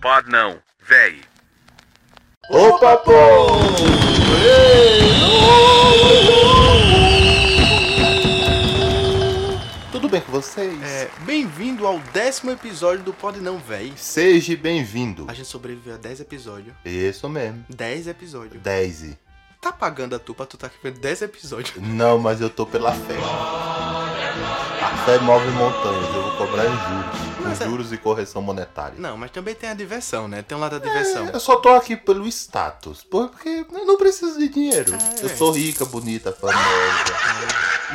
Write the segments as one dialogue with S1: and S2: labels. S1: pod não, véi.
S2: Opa, pô! Tudo bem com vocês?
S3: É, bem-vindo ao décimo episódio do Pode Não Véi.
S2: Seja bem-vindo.
S3: A gente sobreviveu a 10 episódios.
S2: Isso mesmo.
S3: 10 episódios.
S2: Daisy.
S3: Tá pagando a tu pra tu tá aqui vendo 10 episódios.
S2: Não, mas eu tô pela fé. A fé move montanhas. Eu vou cobrar em juros. Com
S3: Mas é-
S2: juros e correção monetária.
S3: Não, mas também tem a diversão, né? Tem um lado da diversão.
S2: Eu só tô aqui pelo status. Porque eu não preciso de dinheiro.
S3: Ah,
S2: eu
S3: é.
S2: sou rica, bonita, famosa.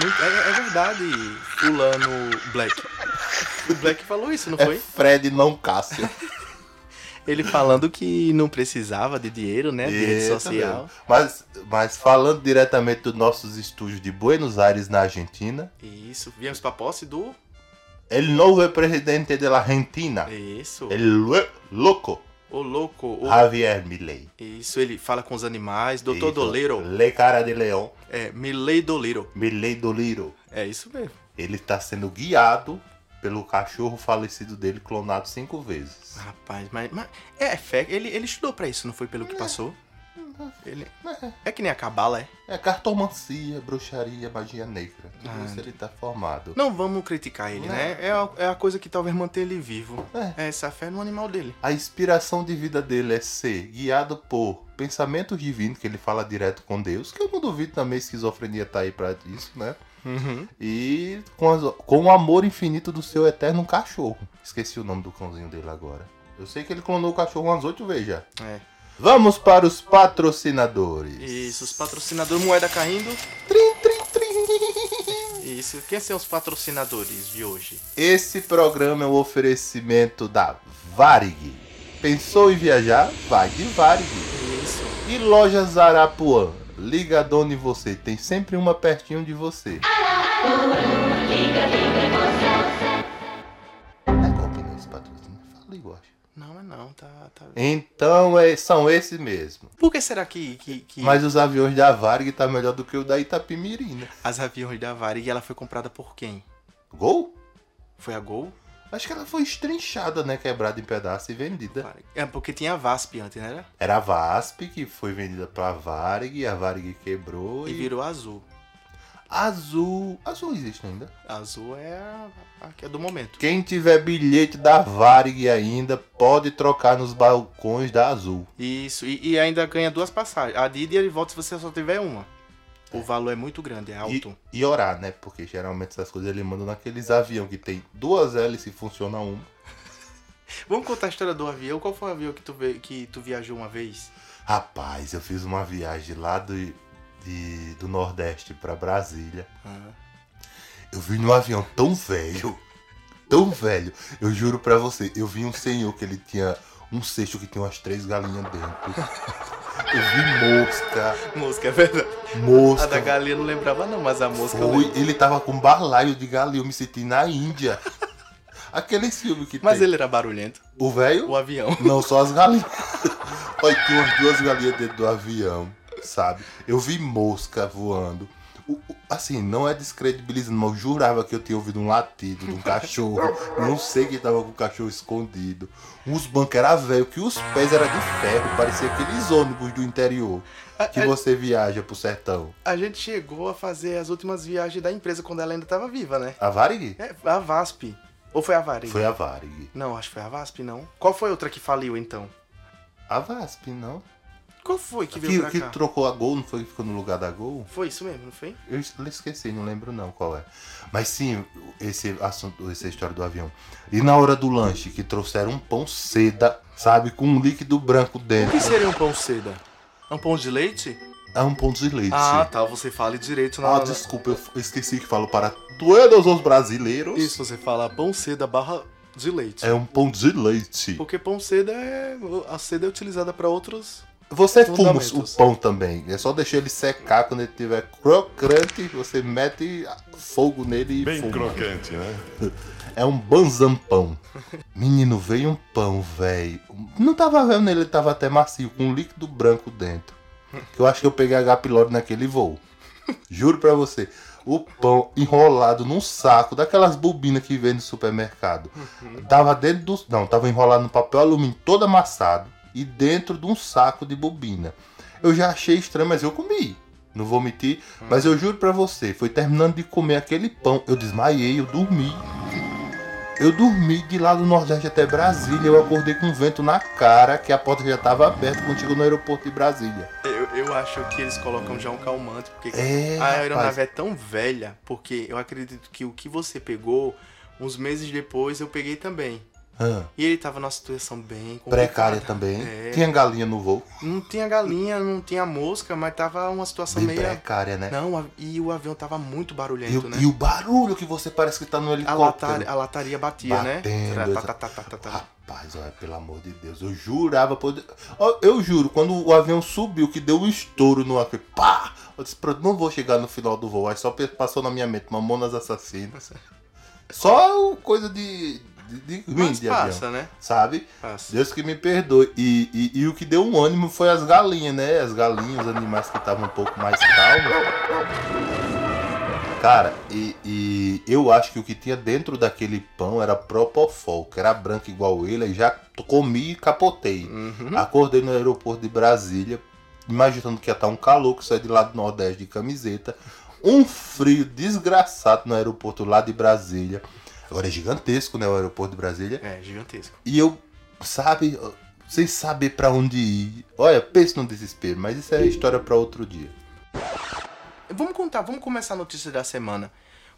S3: Muito- é, é verdade, fulano Black. O Black falou isso, não
S2: É
S3: foi?
S2: Fred, não Cássio.
S3: Ele falando que não precisava de dinheiro, né? De rede
S2: Eita,
S3: social.
S2: meu. Mas, mas falando diretamente dos nossos estúdios de Buenos Aires, na Argentina,
S3: Isso, viemos pra posse do...
S2: ele novo presidente da Argentina,
S3: Isso.
S2: el lue- loco
S3: O louco. o-
S2: Javier Milei.
S3: Isso, ele fala com os animais. Doutor
S2: Isso.
S3: Doleiro.
S2: Le cara de leão,
S3: É, Milley Doleiro.
S2: Milei Doliro.
S3: É isso mesmo.
S2: Ele está sendo guiado pelo cachorro falecido dele, clonado cinco vezes.
S3: Rapaz, mas, mas é fé. Ele, ele estudou pra isso, não foi pelo que passou? Ele, é que nem a cabala, é.
S2: É cartomancia, bruxaria, magia negra. Tudo
S3: Ah.
S2: isso ele tá formado.
S3: Não vamos criticar ele, né? É a, é a coisa que talvez manter ele vivo.
S2: É.
S3: É essa fé no animal dele.
S2: A inspiração de vida dele é ser guiado por pensamentos divinos, que ele fala direto com Deus, que eu não duvido também, esquizofrenia tá aí pra isso, né? E com, as- com o amor infinito do seu eterno cachorro. Esqueci o nome do cãozinho dele agora. Eu sei que ele clonou o cachorro umas oito vezes já.
S3: É.
S2: Vamos para os patrocinadores.
S3: Isso, os patrocinadores moeda caindo.
S2: Trim, trim, trim.
S3: Isso, quem são os patrocinadores de hoje?
S2: Esse programa é um oferecimento da Varig. Pensou em viajar? Vai de Varig.
S3: Isso.
S2: E lojas Arapuã, liga a e você, tem sempre uma pertinho de você. É combina esse patrocínio? Fala igual, acho.
S3: Não, é não, tá. tá...
S2: Então é- são esses mesmo.
S3: Por que será que, que, que
S2: Mas os aviões da Varig tá melhor do que o da Itapimirim, né?
S3: as aviões da Varig ela foi comprada por quem?
S2: Gol?
S3: Foi a Gol?
S2: Acho que ela foi estrinchada, né? Quebrada em pedaço e vendida.
S3: É porque tinha a VASP antes, né?
S2: Era a VASP que foi vendida pra Varig, a Varig quebrou
S3: E
S2: e.
S3: virou azul.
S2: Azul. Azul existe ainda.
S3: Azul é a, a que é do momento.
S2: Quem tiver bilhete da Varig ainda pode trocar nos balcões da Azul.
S3: Isso, e, e ainda ganha duas passagens. A de ida e ele volta se você só tiver uma. O valor é muito grande, é alto.
S2: E orar, né? Porque geralmente essas coisas ele manda naqueles avião que tem duas hélices e funciona uma.
S3: Vamos contar a história do avião. Qual foi o avião que tu, ve- que tu viajou uma vez?
S2: Rapaz, eu fiz uma viagem lá do, de- do Nordeste pra Brasília. Eu vi num avião tão velho, tão velho. Eu juro pra você, eu vi um senhor que ele tinha um cesto que tinha umas três galinhas dentro. Eu vi mosca,
S3: Música, é verdade. A da
S2: mosca.
S3: galinha não lembrava não, mas a música... eu
S2: Foi,
S3: lembro.
S2: ele tava com balaio de galinha, eu me senti na Índia. Aquele filme que
S3: Mas
S2: tem.
S3: ele era barulhento,
S2: O velho?
S3: o avião.
S2: Não, só as galinhas. Olha, tinha umas duas galinhas dentro do avião, sabe? Eu vi mosca voando. O- o- assim, não é descredibilizando, mas eu jurava que eu tinha ouvido um latido de um cachorro. Eu não sei quem tava com o cachorro escondido. Os bancos eram velho, que os pés eram de ferro, parecia aqueles ônibus do interior
S3: É.
S2: que você viaja pro sertão.
S3: A gente chegou a fazer as últimas viagens da empresa quando ela ainda estava viva, né?
S2: A Varig?
S3: É, a VASP. Ou foi a Varig?
S2: Foi a Varig.
S3: Não, acho que foi a VASP, não. Qual foi a outra que faliu, então?
S2: A VASP, não?
S3: Qual foi que
S2: Que,
S3: veio pra
S2: que
S3: cá?
S2: trocou a gol, não foi que ficou no lugar da gol?
S3: Foi isso mesmo, não foi?
S2: Eu es- esqueci, não lembro não qual é. Mas sim, esse assunto, essa história do avião. E na hora do lanche, que trouxeram um pão seda, sabe, com um líquido branco
S3: O
S2: dentro.
S3: que seria um pão seda? É um pão de leite?
S2: É um pão de leite.
S3: Ah, tá. Você fala direito na
S2: Ah, desculpa, eu f- esqueci que falo para todos os brasileiros.
S3: Isso, você fala pão seda barra de leite.
S2: É um pão de leite.
S3: Porque pão seda é. A seda é utilizada pra outros.
S2: Você fuma
S3: Fundamentos.
S2: o pão também. É só deixar ele secar quando ele tiver crocante. Você mete fogo nele e
S4: Bem
S2: fuma.
S4: crocante, né?
S2: É um banzampão. Menino, veio um pão, velho. Não tava velho nele, ele tava até macio, com um líquido branco dentro. Eu acho que eu peguei a H. pylori naquele voo. Juro pra você. O- o pão enrolado num saco daquelas bobinas que vende no supermercado. Tava dentro do. Não, tava enrolado no papel alumínio todo amassado e dentro de um saco de bobina. Eu já achei estranho, mas eu comi. Não vou mentir, mas eu juro pra você, foi terminando de comer aquele pão, eu desmaiei, eu dormi. Eu dormi de lá do Nordeste até Brasília, eu acordei com vento na cara, que a porta já tava aberta contigo no aeroporto de Brasília.
S3: Eu, eu acho que eles colocam já um calmante, porque
S2: É,
S3: a aeronave
S2: rapaz.
S3: é tão velha, porque eu acredito que o que você pegou, uns meses depois eu peguei também.
S2: Hã,
S3: E ele tava numa situação bem complicada.
S2: Ah, precária também.
S3: É.
S2: Tinha galinha no voo.
S3: Não tinha galinha, não tinha mosca, mas tava uma situação
S2: Bem
S3: meio.
S2: precária, né?
S3: Não, a- e o avião tava muito
S2: E,
S3: barulhento,
S2: o-
S3: né?
S2: e o barulho que você parece que tá no
S3: A,
S2: helicóptero.
S3: latar, a lataria batia, né?
S2: Batendo,
S3: Era tá,
S2: exa-
S3: tá, tá, tá, tá, tá.
S2: Rapaz, olha, pelo amor de Deus, eu jurava poder. Ó, Eu juro, quando o avião subiu, que deu um estouro no avião, pá! Eu disse, pronto, não vou chegar no final do voo. Aí só pe- passou na minha mente, Mamonas
S3: é.
S2: Assassinas. Só o coisa de. de, de ruim
S3: Mas
S2: de avião,
S3: passa, né?
S2: sabe?
S3: Passa.
S2: Deus que me perdoe. E, e, e o que deu um ânimo foi as galinhas, né? As galinhas, os animais que estavam um pouco mais calmos. Cara, e, e eu acho que o que tinha dentro daquele pão era Propofol, que era branco igual ele, aí já t- comi e capotei.
S3: Uhum.
S2: Acordei no aeroporto de Brasília, imaginando que ia estar um calor, que sai de lá do Nordeste de camiseta. Um frio desgraçado no aeroporto lá de Brasília. Agora é gigantesco, né? O aeroporto de Brasília.
S3: É, gigantesco.
S2: E eu, sabe, sem saber pra onde ir. Olha, pense no desespero, mas isso é história pra outro dia.
S3: Vamos contar, vamos começar a notícia da semana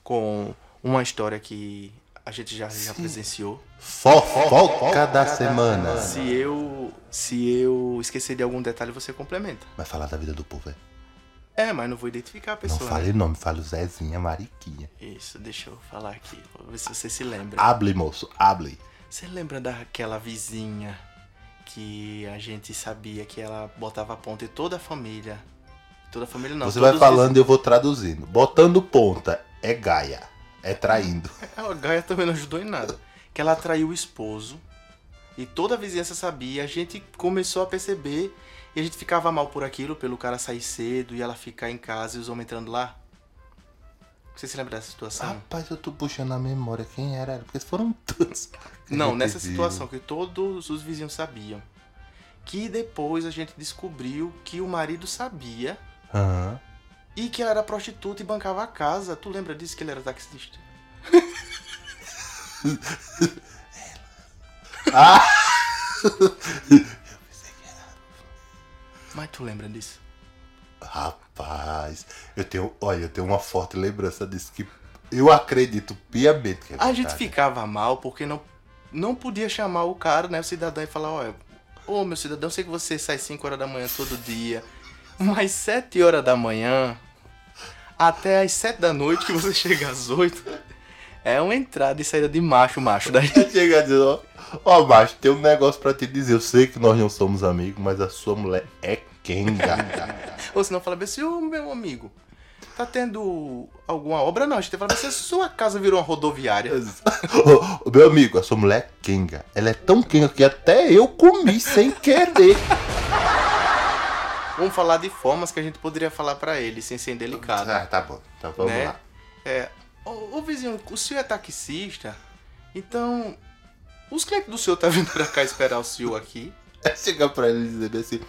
S3: com uma história que a gente já, já presenciou.
S2: Fofoca da semana.
S3: Se eu se eu esquecer de algum detalhe, você complementa.
S2: Vai falar da vida do povo, é?
S3: É, mas não vou identificar a
S2: Não
S3: pessoa. né?
S2: fale nome, fale o Zezinha Mariquinha.
S3: Isso, deixa eu falar aqui. Vou ver se você se lembra.
S2: Hable, moço, hable.
S3: Você lembra daquela vizinha que a gente sabia que ela botava ponto em toda a família? Toda a família não.
S2: Você
S3: todos
S2: vai
S3: os
S2: falando e eu vou traduzindo. Botando ponta é Gaia, é traindo.
S3: É, A Gaia também não ajudou em nada. Que ela traiu o esposo. E toda a vizinhança sabia. A gente começou a perceber. E a gente ficava mal por aquilo, pelo cara sair cedo e ela ficar em casa e os homens entrando lá. Você se lembra dessa situação?
S2: Rapaz, eu tô puxando a memória. Quem era? Porque foram tantos. que a
S3: não,
S2: gente
S3: nessa
S2: viu.
S3: situação que todos os vizinhos sabiam. Que depois a gente descobriu que o marido sabia
S2: Aham.
S3: e que ela era prostituta e bancava a casa. Tu lembra disso que ele era taxista?
S2: Ah,
S3: Mas tu lembra disso?
S2: rapaz, eu tenho. Olha, eu tenho uma forte lembrança disso que eu acredito piamente que é
S3: A gente
S2: verdade.
S3: ficava mal porque não, não podia chamar o cara, né, o cidadão, e falar, olha, ô meu cidadão, sei que você sai 5 horas da manhã todo dia, mas 7 horas da manhã até as 7 da noite, que você chega às 8, é uma entrada e saída de macho, macho. Daí
S2: Chega a dizer, ó, ó, macho, tem um negócio pra te dizer. Eu sei que nós não somos amigos, mas a sua mulher é quem, gata.
S3: Ou senão fala bem assim, ô meu amigo, tá tendo alguma obra? Não, a gente fala assim, sua casa virou uma rodoviária.
S2: Ô, ô, Meu amigo, a sua mulher é quenga. Ela é tão quenga que até eu comi sem querer.
S3: Vamos falar de formas que a gente poderia falar pra ele, sem ser delicado.
S2: Ah, tá bom, então vamos
S3: Né?
S2: lá.
S3: Ô, ô, vizinho, o senhor é taxista, então os clientes do senhor tá vindo pra cá esperar o senhor aqui.
S2: É chegar pra ele e dizer bem assim: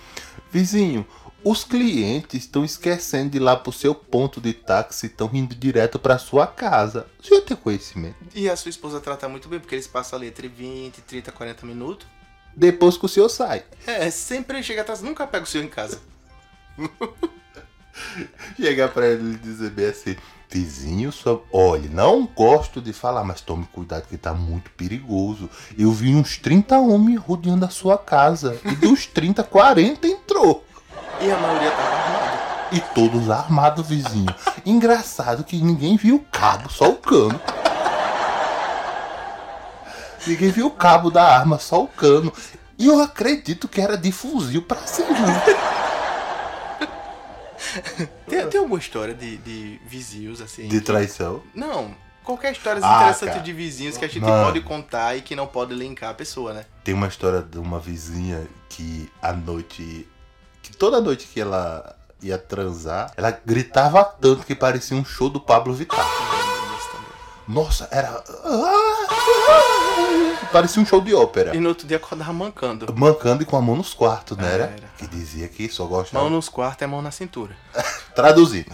S2: Vizinho, os clientes estão esquecendo de ir lá pro seu ponto de táxi e estão indo direto pra sua casa. O senhor tem conhecimento?
S3: E a sua esposa trata muito bem, porque eles passam ali entre 20, 30, 40 minutos.
S2: Depois que o senhor sai.
S3: É, sempre ele chega atrás, nunca pega o senhor em casa.
S2: Chegar pra ele e dizer bem assim: Vizinho, só... olha, não gosto de falar, mas tome cuidado que tá muito perigoso. Eu vi uns 30 homens rodeando a sua casa e dos 30, 40 entrou.
S3: E a maioria tá tava armada.
S2: E todos armados, vizinho. Engraçado que ninguém viu o cabo, só o cano. Ninguém viu o cabo da arma, só o cano. E eu acredito que era de fuzil pra cima.
S3: Tem, tem alguma história de, de vizinhos, assim?
S2: De traição.
S3: Não, qualquer história
S2: Ah,
S3: interessante
S2: cara.
S3: de vizinhos que a gente
S2: Mano.
S3: pode contar e que não pode linkar a pessoa, né?
S2: Tem uma história de uma vizinha que à noite. que toda noite que ela ia transar, ela gritava tanto que parecia um show do Pablo Vittar. Nossa, era. ah, Parecia um show de ópera.
S3: E no outro dia acordava mancando.
S2: Mancando e com a mão nos quartos, né? Era?
S3: Era.
S2: Que dizia que só gostava.
S3: Mão nos quartos é mão na cintura.
S2: Traduzindo.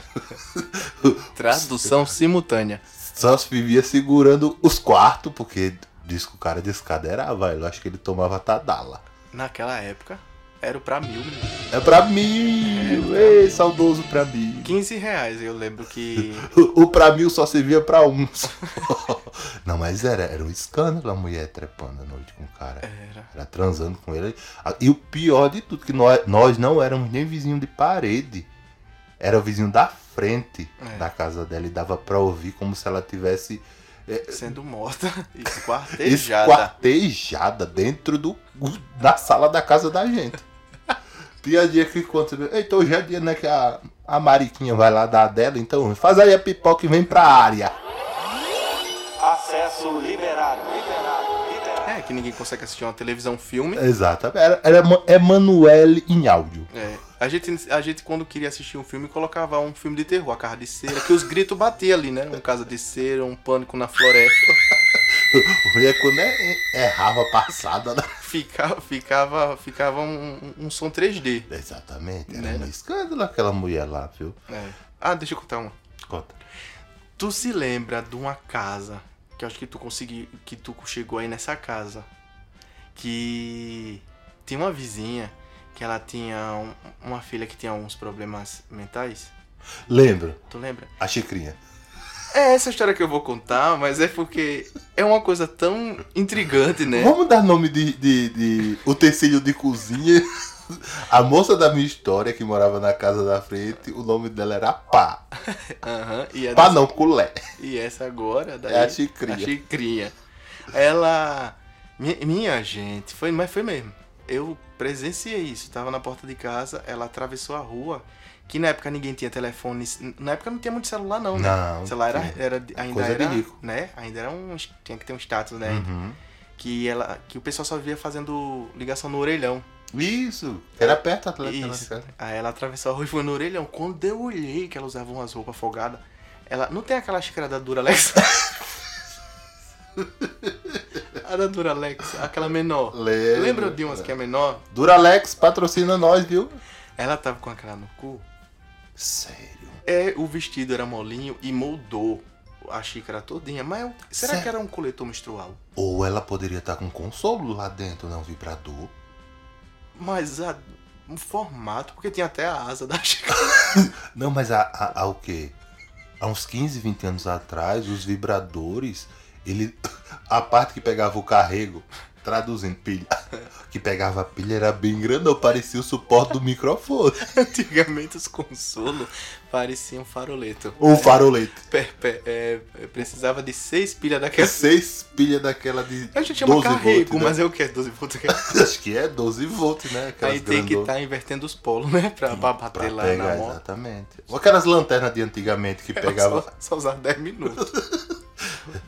S3: Tradução simultânea.
S2: Só se vivia segurando os quartos, porque diz que o cara descadeirava. Eu acho que ele tomava Tadala.
S3: Naquela época, era o pra mil. né? menino.
S2: É pra mim! Ei, saudoso pra mim!
S3: 15 reais, eu lembro que.
S2: O o pra mil só servia pra uns. Não, mas era, era um escândalo a mulher trepando à noite com o cara.
S3: Era.
S2: Era transando com ele. Ah, E o pior de tudo, que nós, nós não éramos nem vizinho de parede. Era o vizinho da frente
S3: É.
S2: da casa dela e dava pra ouvir como se ela tivesse
S3: Sendo morta. Esquartejada.
S2: esquartejada dentro do, da sala da casa da gente. Tinha dia que quando você vê, eita, hoje é dia, né, que a, a Mariquinha vai lá dar a dela, então faz aí a pipoca e vem pra área.
S1: Acesso liberado. Liberado. Liberado.
S3: É, que ninguém consegue assistir uma televisão, um filme.
S2: Exato, era, era Ma- Emanuele em áudio.
S3: É. A gente, a gente, quando queria assistir um filme, colocava um filme de terror, a Casa de Cera, que os gritos batiam ali, né? Um Casa de Cera, um Pânico na Floresta.
S2: E é quando é- errava a passada, né?
S3: Ficava, ficava, ficava um, um- um som 3D.
S2: Exatamente, era
S3: Né?
S2: um escândalo aquela mulher lá, viu?
S3: É. Ah, deixa eu contar uma.
S2: Conta.
S3: Tu se lembra de uma casa que eu acho que tu consegui, que tu chegou aí nessa casa que tinha uma vizinha que ela tinha um- uma filha que tinha uns problemas mentais?
S2: Lembra?
S3: Tu lembra?
S2: A xicrinha.
S3: É essa história que eu vou contar, mas é porque é uma coisa tão intrigante, né?
S2: Vamos dar nome de, de, de utensílio de cozinha. A moça da minha história que morava na casa da frente, o nome dela era Pá.
S3: Aham. E, a
S2: Pá Ah, não, culé.
S3: e essa agora daí
S2: É a xicrinha.
S3: A xicrinha. Ela. mi- Minha gente, foi, mas foi mesmo. Eu presenciei isso. Tava na porta de casa, ela atravessou a rua, que na época ninguém tinha telefone. Na época não tinha muito celular, não. né?
S2: Não.
S3: celular era,
S2: tinha.
S3: era, ainda
S2: Coisa de
S3: era.
S2: rico.
S3: Né? Ainda era um. Tinha que ter um status, né?
S2: Uhum.
S3: Que, ela, que o pessoal só via fazendo ligação no orelhão.
S2: Isso. Era perto atleta.
S3: Isso. Aí ela atravessou a rua e foi no orelhão. Quando eu olhei que ela usava umas roupas folgadas, ela. Não tem aquela xícara da Dura Alex? a da Dura Alex, aquela menor.
S2: Lembra,
S3: Lembra de umas que é menor?
S2: Duralex patrocina nós, viu?
S3: Ela tava com aquela no cu.
S2: Sério.
S3: É, o vestido era molinho e moldou a xícara todinha. Mas eu- será
S2: Sério?
S3: que era um coletor menstrual?
S2: Ou ela poderia estar com consolo lá dentro, né? Um vibrador.
S3: Mas a, um formato, porque tinha até a asa da xícara.
S2: Não, mas há, há, há o quê? Há uns 15, 20 anos atrás, os vibradores, ele. A parte que pegava o carrego, traduzindo pilha, que pegava a pilha era bem grandão, parecia o suporte do microfone.
S3: Antigamente os consolos pareciam faroleto.
S2: Ou farolete.
S3: Pe- pe- é, eu precisava de seis pilhas daquela.
S2: Seis pilhas daquela de.
S3: A gente chama
S2: 12
S3: carrego,
S2: volt, né?
S3: mas é o que? 12 volts.
S2: Acho que é 12 volts, né? Aquelas
S3: Aí tem que tá-
S2: grandonas.
S3: estar invertendo os polos, né? Pra, pra bater
S2: Pra
S3: lá
S2: pegar,
S3: na moto.
S2: exatamente. Ou aquelas lanternas de antigamente que
S3: Ela
S2: pegava.
S3: É, Só, só usar 10 minutos.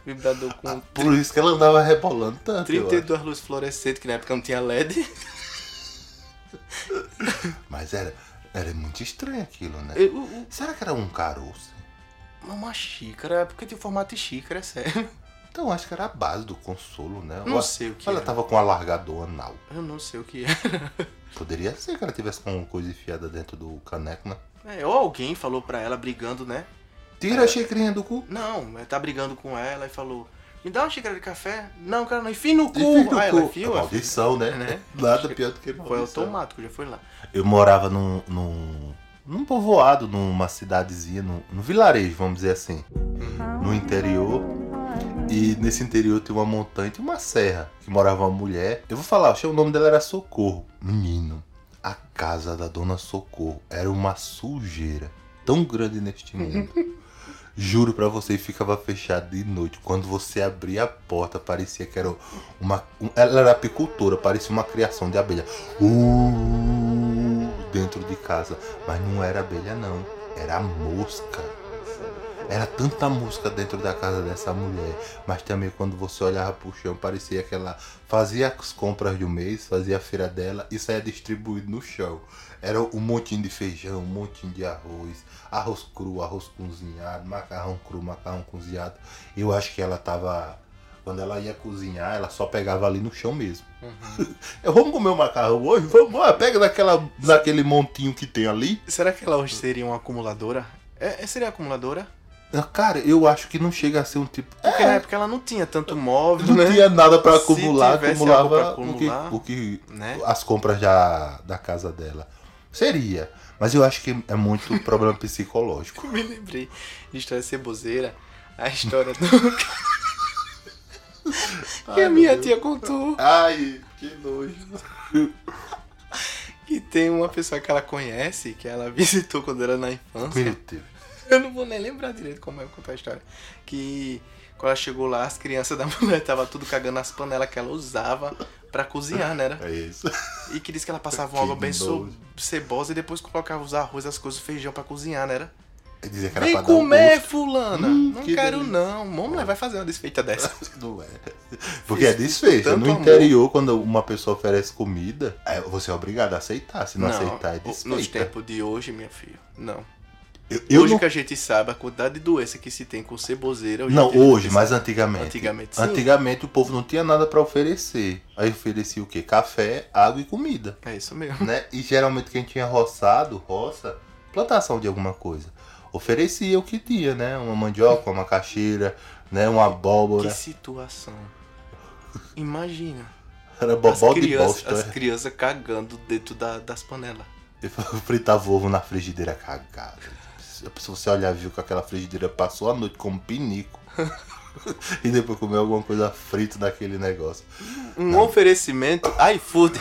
S3: Vibrador com
S2: Por isso que ela andava rebolando tanto. Ah, eu acho.
S3: 32 luzes fluorescentes, que na época não tinha LED.
S2: Mas era, era muito estranho aquilo, né?
S3: Eu- eu-
S2: Será que era um caroço?
S3: Uma xícara, porque tinha o formato de xícara, é sério.
S2: Então acho que era a base do consolo, né?
S3: Não
S2: Ou-
S3: sei o que
S2: Ela
S3: era.
S2: tava com um alargador anal.
S3: Eu não sei o que é.
S2: Poderia ser que ela tivesse com uma coisa enfiada dentro do caneco, né?
S3: É, Ou alguém falou pra ela brigando, né?
S2: Tira a xicrinha do cu.
S3: Não, ela tá brigando com ela e falou: Me dá uma xícara de café? Não, cara, não. Enfia no cu.
S2: Enfia no
S3: Aí ela
S2: cu.
S3: enfiou.
S2: É maldição, né?
S3: Né?
S2: Nada pior do que maldição.
S3: Foi automático, já foi lá.
S2: Eu morava num, num, num povoado, numa cidadezinha, num, num vilarejo, vamos dizer assim. No interior. E nesse interior tinha uma montanha, tinha uma serra, que morava uma mulher. Eu vou falar, achei o nome dela era Socorro. Menino, a casa da dona Socorro era uma sujeira tão grande neste mundo. Juro pra você, ficava fechada de noite. Quando você abria a porta, parecia que era uma. um- ela era apicultora, parecia uma criação de abelha. Uh, dentro de casa. Mas não era abelha, não. Era mosca. Era tanta música dentro da casa dessa mulher, mas também quando você olhava pro chão, parecia que ela fazia as compras de um mês, fazia a feira dela e saía distribuído no chão. Era um montinho de feijão, um montinho de arroz, arroz cru, arroz cozinhado, macarrão cru, macarrão cozinhado. Eu acho que ela tava. Quando ela ia cozinhar, ela só pegava ali no chão mesmo.
S3: Uhum.
S2: Eu vamos comer o macarrão hoje? Vamos, bora, pega daquela, daquele montinho que tem ali.
S3: Será que ela hoje seria uma acumuladora? É, é, seria acumuladora?
S2: Cara, eu acho que não chega a ser um tipo.
S3: Porque na época ela não tinha tanto móvel,
S2: Não
S3: né?
S2: tinha nada pra
S3: Se
S2: acumular,
S3: tivesse algo pra
S2: acumulava o que,
S3: acumular,
S2: o que-
S3: né?
S2: as compras já da casa dela. Seria. Mas eu acho que é muito problema psicológico.
S3: Me lembrei de história ceboseira, a história do... que
S2: Ai,
S3: a minha
S2: meu Deus.
S3: tia contou.
S2: Ai, que nojo.
S3: Que tem uma pessoa que ela conhece, que ela visitou quando era na infância.
S2: Meu Deus.
S3: Eu não vou nem lembrar direito como é que contar a história. Que quando ela chegou lá, as crianças da mulher tava tudo cagando nas panelas que ela usava pra cozinhar, né? era?
S2: É isso.
S3: E que diz que ela passava
S2: Que
S3: uma água bem so-
S2: nojo.
S3: cebosa e depois colocava os arroz, as coisas, o feijão pra cozinhar, né? era?
S2: Eu dizia que era
S3: Vem
S2: pra dar um
S3: comer, fulana!
S2: Hum,
S3: não
S2: que
S3: quero
S2: delícia.
S3: não. Vamos vai fazer uma desfeita dessa.
S2: gosto. Não é. Porque é desfeita.
S3: tanto
S2: No
S3: amor.
S2: interior, quando uma pessoa oferece comida, é, você é obrigado a aceitar. Se não, aceitar, é
S3: nos
S2: desfeita.
S3: tempos de hoje, minha filha, não.
S2: Eu, eu
S3: hoje
S2: não
S3: que a gente sabe a quantidade de doença que se tem com ceboseira... hoje em
S2: Não,
S3: dia a gente
S2: hoje,
S3: sabe.
S2: mas antigamente.
S3: Antigamente, sim.
S2: Antigamente o povo não tinha nada pra oferecer. Aí oferecia o quê? Café, água e comida,
S3: É isso mesmo.
S2: né? E geralmente quem tinha roçado, roça, plantação de alguma coisa, oferecia o que tinha, né? Uma mandioca, uma macaxeira, né? Uma
S3: Que
S2: abóbora.
S3: situação. Imagina.
S2: Era
S3: As
S2: bobó de
S3: crianças,
S2: bosta. é.
S3: as crianças cagando dentro da- das panelas.
S2: Eu fritava ovo na frigideira cagada. Se você olhar, viu que aquela frigideira passou a noite como pinico. e depois comeu alguma coisa frita daquele negócio.
S3: Um oferecimento iFood.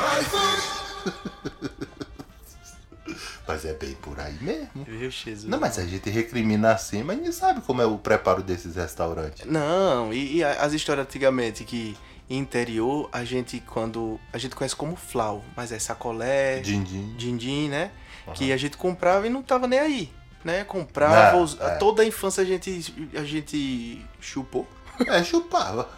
S2: Mas é bem por aí mesmo.
S3: Meu Jesus.
S2: Não, mas a gente recrimina assim, mas ninguém sabe como é o preparo desses restaurantes.
S3: Não, e, e a- as histórias antigamente que em interior a gente quando. A gente conhece como flau, mas é sacolé,
S2: Dindim.
S3: dindim, né?
S2: Aham.
S3: Que a gente comprava e não tava nem aí. Né? Comprava.
S2: Não,
S3: os-
S2: é.
S3: Toda a infância a gente, a gente chupou.
S2: É, chupava.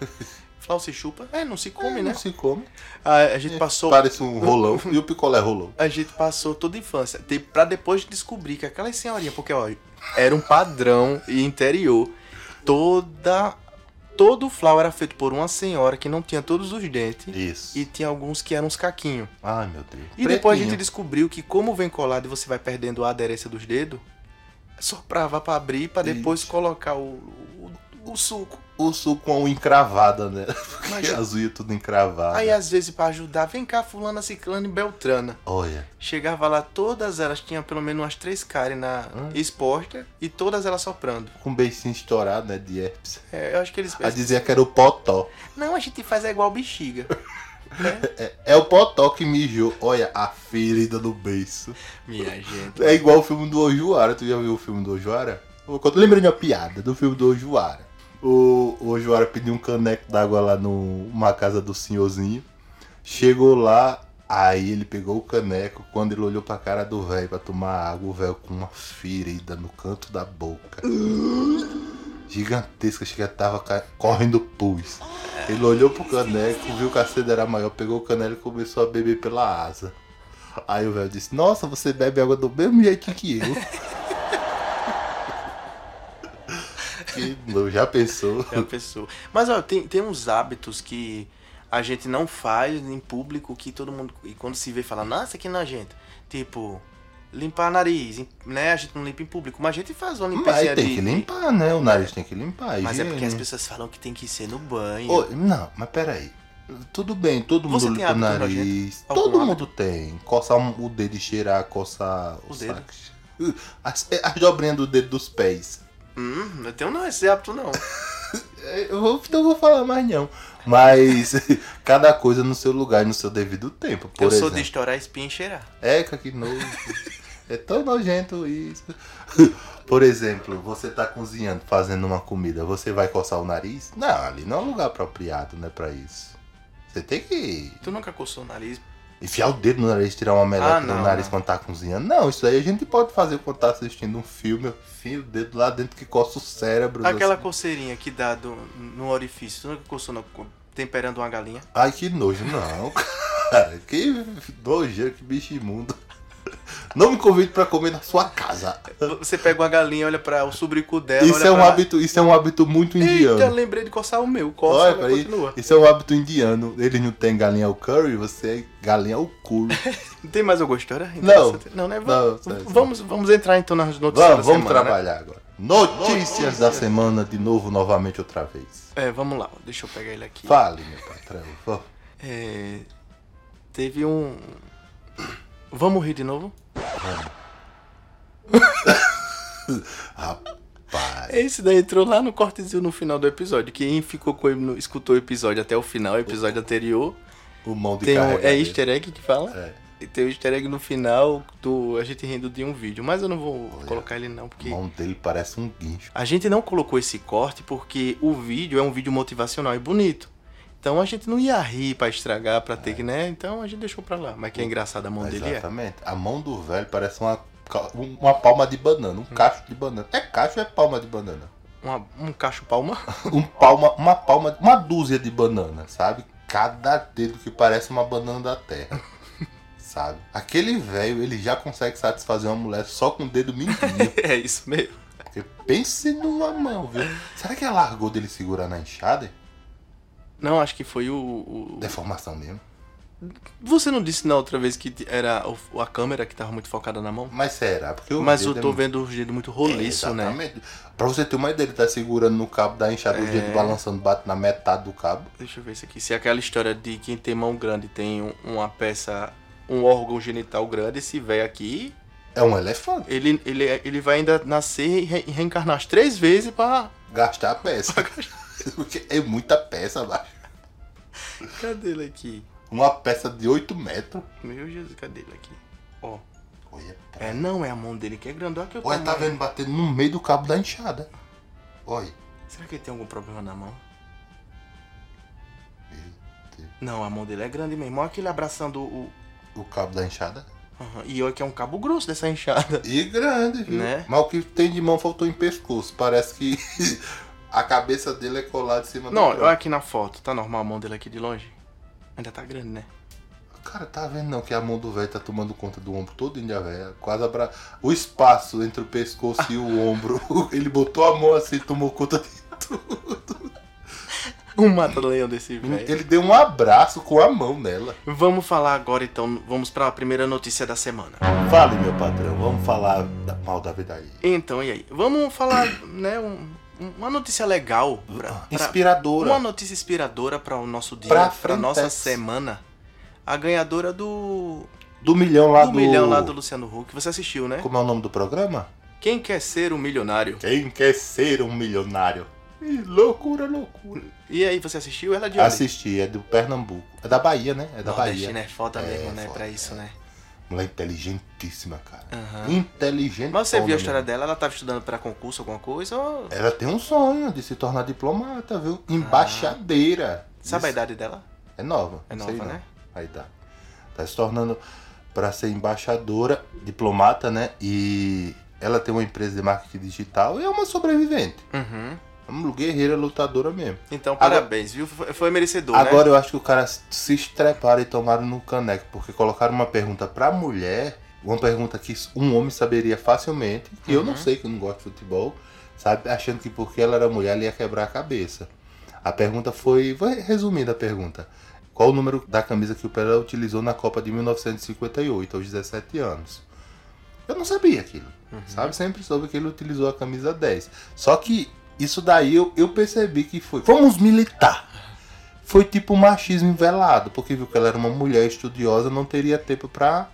S3: Flau se chupa? É, não se come,
S2: É,
S3: né? Ah,
S2: Não se come.
S3: A, a gente passou.
S2: Parece um rolão. E o picolé rolou.
S3: a gente passou toda a infância de, pra depois descobrir que aquelas senhorinhas, porque ó, era um padrão e interior, toda todo o flau era feito por uma senhora que não tinha todos os dentes
S2: Isso.
S3: e tinha alguns que eram uns caquinhos.
S2: Ai, meu Deus.
S3: E depois a
S2: Pretinho.
S3: gente descobriu que como vem colado e você vai perdendo a aderência dos dedos, soprava pra abrir pra depois colocar o, o, o suco.
S2: O suco com a unha encravada, né?
S3: Mas-
S2: Porque as unhas tudo encravada.
S3: Aí às vezes pra ajudar, vem cá fulana, ciclana e beltrana.
S2: Olha.
S3: Chegava lá, todas elas tinham pelo menos umas três caras na
S2: Hum.
S3: exposta e todas elas soprando.
S2: Com o beicinho estourado, né? De herpes.
S3: É, eu acho que eles
S2: A
S3: pensam.
S2: dizia que era o potó.
S3: Não, a gente faz é igual bexiga. né?
S2: É o potó que mijou. Olha, a ferida do beiço.
S3: Minha gente.
S2: É igual o filme do Ojuara. Tu já viu o filme do Ojuara? Eu conto- lembrei de uma piada do filme do Ojuara. O, o Ojuara pediu um caneco d'água lá numa casa do senhorzinho. Chegou lá, aí ele pegou o caneco. Quando ele olhou pra cara do velho pra tomar água, o velho com uma ferida no canto da boca. Gigantesca, chega tava ca- correndo pus. Ele olhou pro caneco, viu que a sede era maior, pegou o caneco e começou a beber pela asa. Aí o velho disse, nossa, você bebe água do mesmo jeito que eu. que não, já pensou?
S3: É a pessoa. Mas ó, tem, tem uns hábitos que a gente não faz em público que todo mundo. E quando se vê fala, nossa, que nojento. Tipo, limpar nariz, em- né? A gente não limpa em público, mas a gente faz uma limpeza
S2: Mas
S3: de.
S2: tem que limpar, né? O nariz tem que limpar.
S3: Mas é porque as
S2: higiene.
S3: pessoas falam que tem que ser no banho.
S2: Ô, não, mas peraí. Tudo bem, todo mundo
S3: Você tem
S2: limpa o
S3: hábito
S2: nariz.
S3: Algum
S2: Todo mundo tem. Coçar um- o dedo e cheirar, coçar
S3: O
S2: os
S3: dedo?
S2: sacos. As, as dobrinhas do dedo dos pés.
S3: Hum, não tenho não esse hábito não.
S2: Eu vou, então eu vou falar mais não. Mas cada coisa no seu lugar e no seu devido tempo. Por
S3: eu
S2: exemplo.
S3: sou de estourar espinha e cheirar.
S2: Eca, que nojo. É tão nojento isso. Por exemplo, você tá cozinhando, fazendo uma comida, você vai coçar o nariz? Não, ali não é um lugar apropriado, né, pra isso. Você tem que.
S3: Tu nunca coçou o nariz
S2: Enfiar o dedo no nariz, tirar uma meleca
S3: Ah,
S2: do
S3: não,
S2: nariz
S3: não.
S2: quando tá cozinhando. Não, isso aí a gente pode fazer quando tá assistindo um filme. Enfia o dedo lá dentro que coça o cérebro.
S3: Aquela
S2: assim.
S3: coceirinha que dá do- no orifício, tu nunca coçou não, co- temperando uma galinha.
S2: Ai, que nojo. Não, cara. Que nojeiro, que bicho imundo. Não me convide pra comer na sua casa.
S3: Você pega uma galinha, olha pra o sobrico dela,
S2: Isso
S3: olha
S2: é, um
S3: pra...
S2: hábito, isso é um hábito muito indiano.
S3: Eita, lembrei de coçar o meu, coça,
S2: Olha,
S3: mas
S2: peraí,
S3: continua.
S2: Isso é um hábito indiano. Ele não tem galinha ao curry, você é galinha ao culo.
S3: Não tem mais alguma história?
S2: Não.
S3: Interessante. Não, né?
S2: Não,
S3: Vamos,
S2: tá, tá.
S3: vamos, vamos entrar então nas notícias
S2: Vamos,
S3: da
S2: vamos
S3: semana, né?
S2: trabalhar agora. Notícias, da semana, de novo, novamente, outra vez.
S3: É, vamos lá. Deixa eu pegar ele aqui.
S2: Fale, meu patrão. Vamos.
S3: É, teve um... Vamos rir de novo?
S2: Rapaz.
S3: Esse daí entrou lá no cortezinho no final do episódio. Quem ficou com ele, no- escutou o episódio até o final, o episódio anterior,
S2: O mão de
S3: tem um, é
S2: carregadeiro.
S3: easter egg que fala?
S2: É,
S3: E tem o easter egg no final do a gente rindo de um vídeo, mas eu não vou colocar ele não,
S2: A
S3: porque
S2: mão dele parece um guincho.
S3: a gente não colocou esse corte porque o vídeo é um vídeo motivacional e bonito. Então a gente não ia rir pra estragar, pra ter que, né? Então a gente deixou pra lá. Mas que é engraçado a mão dele é.
S2: É. Hum. Exatamente. A mão do velho parece uma, ca- um, uma palma de banana,
S3: Hum.
S2: um cacho de banana. É cacho ou é palma de banana?
S3: Uma- um cacho palma.
S2: um palma, uma palma, uma dúzia de banana, sabe? Cada dedo que parece uma banana da terra. Sabe? Aquele velho, ele já consegue satisfazer uma mulher só com o dedo mindinho.
S3: é isso mesmo.
S2: Porque pense numa mão, viu? Será que ela largou dele segurar na enxada?
S3: Não, acho que foi o. o-
S2: Deformação mesmo.
S3: Você não disse na outra vez que era o- a câmera que tava muito focada na mão?
S2: Mas será? Porque o
S3: Mas
S2: dedo
S3: eu tô
S2: é
S3: vendo o dedo muito
S2: muito-
S3: roliço,
S2: É,
S3: né?
S2: Exatamente. Pra você ter uma ideia, ele tá segurando no cabo da enxada, o
S3: É.
S2: dedo balançando, bate na metade do cabo.
S3: Deixa eu ver isso aqui. Se é aquela história de quem tem mão grande tem um- uma peça, um órgão genital grande, esse velho aqui,
S2: É um elefante.
S3: ele, ele, ele vai ainda nascer e re- reencarnar as três vezes pra.
S2: Gastar a peça. Porque é muita peça, baixo.
S3: Cadê ele aqui?
S2: Uma peça de 8 metros.
S3: Meu Jesus, cadê ele aqui? Ó.
S2: Olha, pra-
S3: É, não, é a mão dele que é grande. Olha que eu
S2: Olha, tá vendo batendo no meio do cabo da enxada. Olha.
S3: Será que ele tem algum problema na mão?
S2: Meu Deus.
S3: Não, a mão dele é grande mesmo. Olha aquele abraçando o.
S2: O cabo da enxada.
S3: Aham. E olha que é um cabo grosso dessa enxada.
S2: E grande, viu?
S3: Né?
S2: Mas o que tem de mão faltou em pescoço. Parece que a cabeça dele é colada em cima
S3: Não,
S2: do
S3: olha
S2: tronco.
S3: aqui na foto. Tá normal a mão dele aqui de longe? Ainda tá grande, né?
S2: Cara, tá vendo não que a mão do velho tá tomando conta do ombro todo em véia. Quase abra... O espaço entre o pescoço e o ombro. Ele botou a mão assim, tomou conta de tudo.
S3: Um mata-leão desse velho.
S2: Ele deu um abraço com a mão nela.
S3: Vamos falar agora então, vamos para a primeira notícia da semana.
S2: Fale, meu patrão. Vamos falar da mal da vida aí.
S3: Então, e aí? Vamos falar, né, um- um- uma notícia legal, pra, pra-
S2: Inspiradora.
S3: uma notícia inspiradora para o nosso dia,
S2: Pra
S3: para nossa
S2: Frentex.
S3: semana. A ganhadora do,
S2: Do milhão lá
S3: do
S2: do.
S3: milhão lá do Luciano Huck, você assistiu, né?
S2: Como é o nome do programa?
S3: Quem quer ser um milionário?
S2: Quem quer ser um milionário? Ih, loucura, loucura.
S3: E aí, você assistiu? Ela é de onde?
S2: Assisti, é do Pernambuco. É da Bahia, né? É da
S3: Nordestina
S2: Bahia.
S3: é foda
S2: É,
S3: mesmo, né,
S2: foda,
S3: pra isso, né?
S2: Mulher inteligentíssima, cara.
S3: Aham.
S2: Inteligente.
S3: Mas você viu a história dela? Ela tava estudando para concurso, alguma coisa? Ou...
S2: Ela tem um sonho de se tornar diplomata, viu? Embaixadeira.
S3: Ah. Sabe a
S2: Isso-
S3: idade dela?
S2: É nova.
S3: É
S2: não sei
S3: nova,
S2: não.
S3: né?
S2: Aí dá. Tá se tornando para ser embaixadora, diplomata, né? E ela tem uma empresa de marketing digital e é uma sobrevivente. É
S3: Uhum.
S2: Uma guerreira lutadora mesmo.
S3: Então,
S2: Agora-
S3: parabéns, viu? Foi, foi merecedor, né?
S2: Agora eu acho que o cara se estreparam e tomaram no caneco, porque colocaram uma pergunta pra mulher, uma pergunta que um homem saberia facilmente, e eu não sei que eu não gosto de futebol, sabe? Achando que porque ela era mulher ela ia quebrar a cabeça. A pergunta foi, vai resumindo a pergunta. Qual o número da camisa que o Pelé utilizou na Copa de 1958, aos 17 anos? Eu não sabia aquilo,
S3: Uhum.
S2: sabe? Sempre soube que ele utilizou a camisa 10. Só que isso daí eu, eu percebi que foi. Vamos militar! Foi tipo um machismo velado, porque viu que ela era uma mulher estudiosa, não teria tempo pra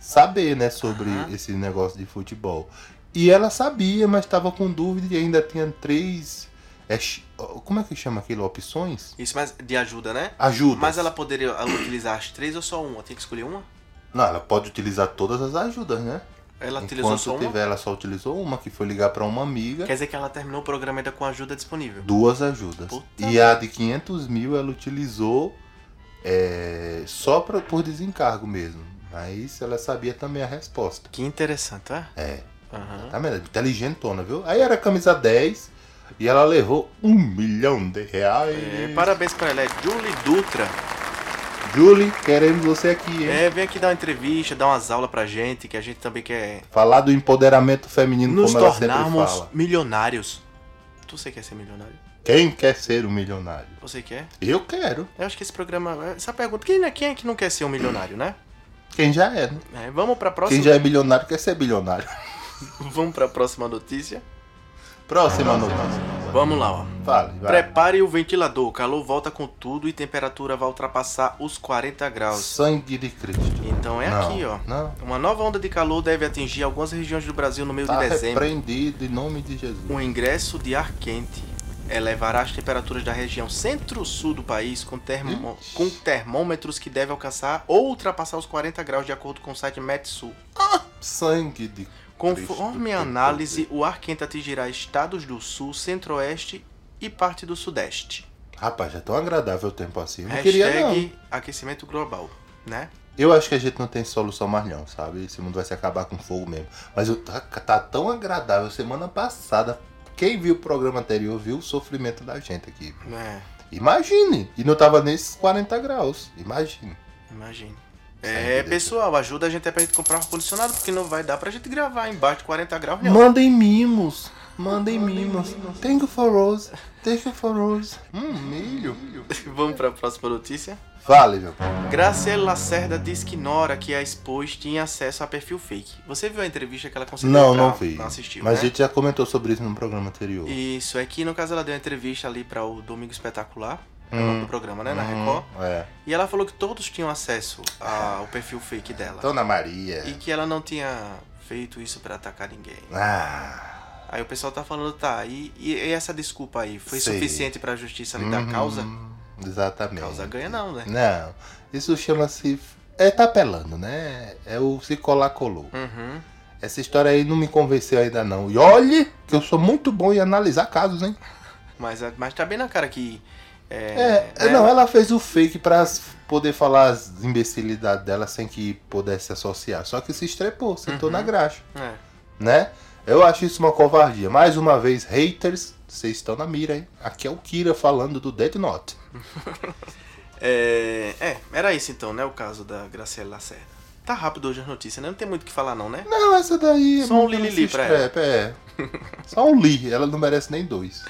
S2: saber, né, sobre
S3: Aham.
S2: esse negócio de futebol. E ela sabia, mas estava com dúvida e ainda tinha três. é chi- como é que chama aquilo? Opções?
S3: Isso, mas de ajuda, né?
S2: Ajuda.
S3: Mas ela poderia utilizar as três ou só uma? Tem que escolher uma?
S2: Não, ela pode utilizar todas as ajudas, né?
S3: Ela utilizou só
S2: Enquanto
S3: uma?
S2: tiver, ela só utilizou uma, que foi ligar pra uma amiga.
S3: Quer dizer que é ela terminou o programa ainda com ajuda disponível.
S2: Duas ajudas.
S3: Puta
S2: e a de 500 mil ela utilizou É, só pra- por desencargo mesmo. Mas ela sabia também a resposta.
S3: Que interessante, tá?
S2: É.
S3: Aham.
S2: Tá vendo? Inteligentona, viu? Aí era camisa 10 e ela levou um milhão de reais.
S3: É, parabéns pra ela, é Julie Dutra.
S2: Julie, queremos você aqui, hein?
S3: É, vem aqui dar uma entrevista, dar umas aulas pra gente, que a gente também quer
S2: Falar do empoderamento feminino,
S3: nos
S2: como ela sempre
S3: tornarmos
S2: fala.
S3: milionários. Tu você quer ser milionário?
S2: Quem quer ser um milionário?
S3: Você quer?
S2: Eu quero.
S3: Eu acho que esse programa. Essa pergunta. Quem, é- quem é que não quer ser um milionário, né?
S2: Quem já é, né?
S3: É, vamos pra
S2: Quem
S3: próxima.
S2: já é bilionário quer ser bilionário.
S3: Vamos pra próxima notícia.
S2: Próxima notícia.
S3: Vamos lá, ó.
S2: Fale, vai.
S3: Prepare o ventilador, o calor volta com tudo e temperatura vai ultrapassar os 40 graus.
S2: Sangue de Cristo.
S3: Então é
S2: Não,
S3: aqui, ó.
S2: Não.
S3: Uma nova onda de calor deve atingir algumas regiões do Brasil no meio
S2: Tá
S3: de dezembro.
S2: repreendido em nome de Jesus.
S3: O ingresso de ar quente elevará as temperaturas da região centro-sul do país com, termo-
S2: Ixi.
S3: com termômetros que devem alcançar ou ultrapassar os 40 graus, de acordo com o site Metsul. Um
S2: Sangue de
S3: Conforme
S2: Cristo,
S3: a análise, o ar quente atingirá estados do sul, centro-oeste e parte do sudeste.
S2: Rapaz, já é tão agradável o tempo assim. Não queria não.
S3: Hashtag aquecimento global, né?
S2: Eu acho que a gente não tem solução mais não, sabe? Esse mundo vai se acabar com fogo mesmo. Mas eu- tá, tá tão agradável. Semana passada, quem viu o programa anterior viu o sofrimento da gente aqui.
S3: É,
S2: Imagine! E não tava nesses 40 graus. Imagine.
S3: imagina.
S2: Sangue
S3: É,
S2: de
S3: pessoal, ajuda a gente aí pra gente comprar um ar-condicionado, porque não vai dar pra gente gravar embaixo de 40 graus, né? não.
S2: Mandem mimos. Mandem mimos. Thank you for Rose. Thank you for Rose.
S3: Um
S2: Hum, milho.
S3: Vamos pra próxima notícia.
S2: Fale, meu.
S3: Graciela Lacerda diz que Nora, que é a expôs, tinha acesso a perfil fake. Você viu a entrevista que ela conseguiu
S2: Não,
S3: pra-
S2: não vi.
S3: Não assistiu,
S2: Mas
S3: né?
S2: a gente já comentou sobre isso no programa anterior.
S3: Isso, é que no caso ela deu uma entrevista ali pra o Domingo Espetacular, é o
S2: Hum.
S3: nome do programa, né, na Record.
S2: Hum, é.
S3: E ela falou que todos tinham acesso ao perfil fake dela.
S2: Dona Maria.
S3: E que ela não tinha feito isso pra atacar ninguém.
S2: Ah.
S3: Aí o pessoal tá falando, tá, e, e essa desculpa aí foi
S2: Sei.
S3: suficiente pra justiça ali da
S2: Uhum,
S3: causa?
S2: Exatamente.
S3: Causa ganha não, né?
S2: Não. Isso chama-se. É tapelando, né? É o se colar colou.
S3: Uhum.
S2: Essa história aí não me convenceu ainda não. E olhe que eu sou muito bom em analisar casos, hein?
S3: Mas, mas tá bem na cara que.
S2: É,
S3: né,
S2: não, ela fez o fake pra s- poder falar as imbecilidades dela sem que pudesse associar. Só que se estrepou, sentou na graxa,
S3: é.
S2: né? Eu acho isso uma covardia. Mais uma vez, haters, vocês estão na mira, hein? Aqui é o Kira falando do Dead Note.
S3: É, é, era isso então, né? O caso da Graciela Lacerda. Tá rápido hoje as notícias, né? Não tem muito o que falar, não, né?
S2: Não, essa daí é
S3: Só um
S2: muito
S3: li-li-li pra
S2: strep, É. Só um li, ela não merece nem dois.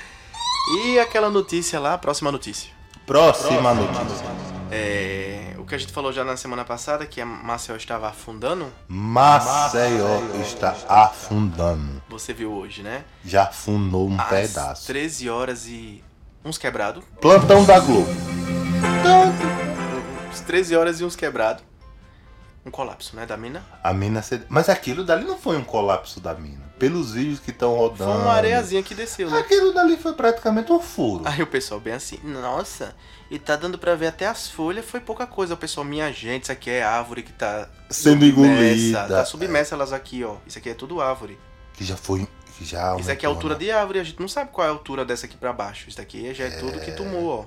S3: E aquela notícia lá, próxima notícia.
S2: Próxima, notícia.
S3: É, o que a gente falou já na semana passada, que a Marcel estava afundando,
S2: Maceió, está afundando.
S3: você viu hoje, né?
S2: Já afundou um
S3: Às
S2: pedaço.
S3: 13 horas e. uns quebrados.
S2: Plantão da Globo. Então,
S3: Uns 13 horas e uns quebrados. Um colapso, né? Da mina.
S2: A mina ced... Mas aquilo dali não foi um colapso da mina. Pelos vídeos que estão
S3: Foi
S2: rodando.
S3: uma areiazinha que desceu, né?
S2: Aquilo dali foi praticamente um furo.
S3: Aí o pessoal bem assim, nossa, e tá dando pra ver até as folhas, foi pouca coisa. O pessoal, minha gente, isso aqui é árvore que tá
S2: Sendo engolida.
S3: Tá submersa elas aqui, ó. Isso aqui é tudo árvore.
S2: Que já foi. Que já
S3: Isso
S2: aumentou,
S3: aqui é a altura
S2: né?
S3: de árvore, a gente não sabe qual é a altura dessa aqui pra baixo. Isso daqui já é tudo que tomou, ó.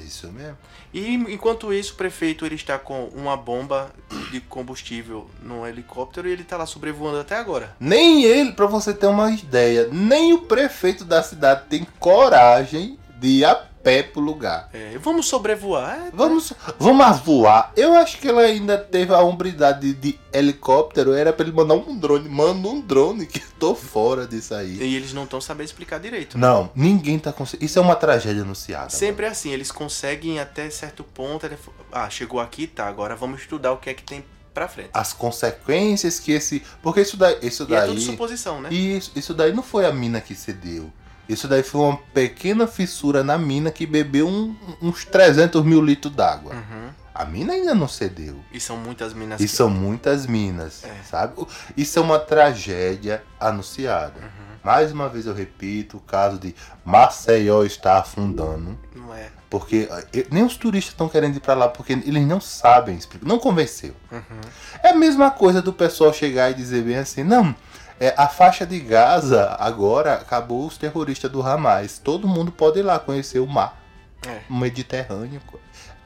S2: Isso mesmo.
S3: E enquanto isso, o prefeito ele está com uma bomba de combustível num helicóptero e ele tá lá sobrevoando até agora.
S2: Nem ele, pra você ter uma ideia, nem o prefeito da cidade tem coragem de ir a pé pro lugar.
S3: É, vamos sobrevoar. É,
S2: Vamos, vamos voar. Eu acho que ela ainda teve a hombridade de helicóptero. Era pra ele mandar um drone. Manda um drone, que eu tô fora disso aí.
S3: E eles não estão sabendo explicar direito. né?
S2: Não, ninguém tá conseguindo. Isso é uma tragédia anunciada.
S3: Sempre é assim, eles conseguem até certo ponto. ele fa- Ah, chegou aqui, tá. Agora vamos estudar o que é que tem pra frente.
S2: As consequências que esse. Porque isso daí. Isso
S3: e é
S2: daí.
S3: tudo suposição, né?
S2: isso, isso daí não foi a mina que cedeu. Isso daí foi uma pequena fissura na mina que bebeu um- uns 300 mil litros d'água.
S3: Uhum.
S2: A mina ainda não cedeu.
S3: E são muitas minas
S2: E
S3: que-
S2: são muitas minas,
S3: É.
S2: sabe? Isso é uma tragédia anunciada.
S3: Uhum.
S2: Mais uma vez eu repito, o caso de Maceió está afundando,
S3: Não é.
S2: porque eh, nem os turistas estão querendo ir para lá, porque eles não sabem explicar, não convenceu.
S3: Uhum.
S2: É a mesma coisa do pessoal chegar e dizer bem assim, não, é, a faixa de Gaza agora acabou os terroristas do Hamas, todo mundo pode ir lá conhecer o mar,
S3: É.
S2: o Mediterrâneo. co-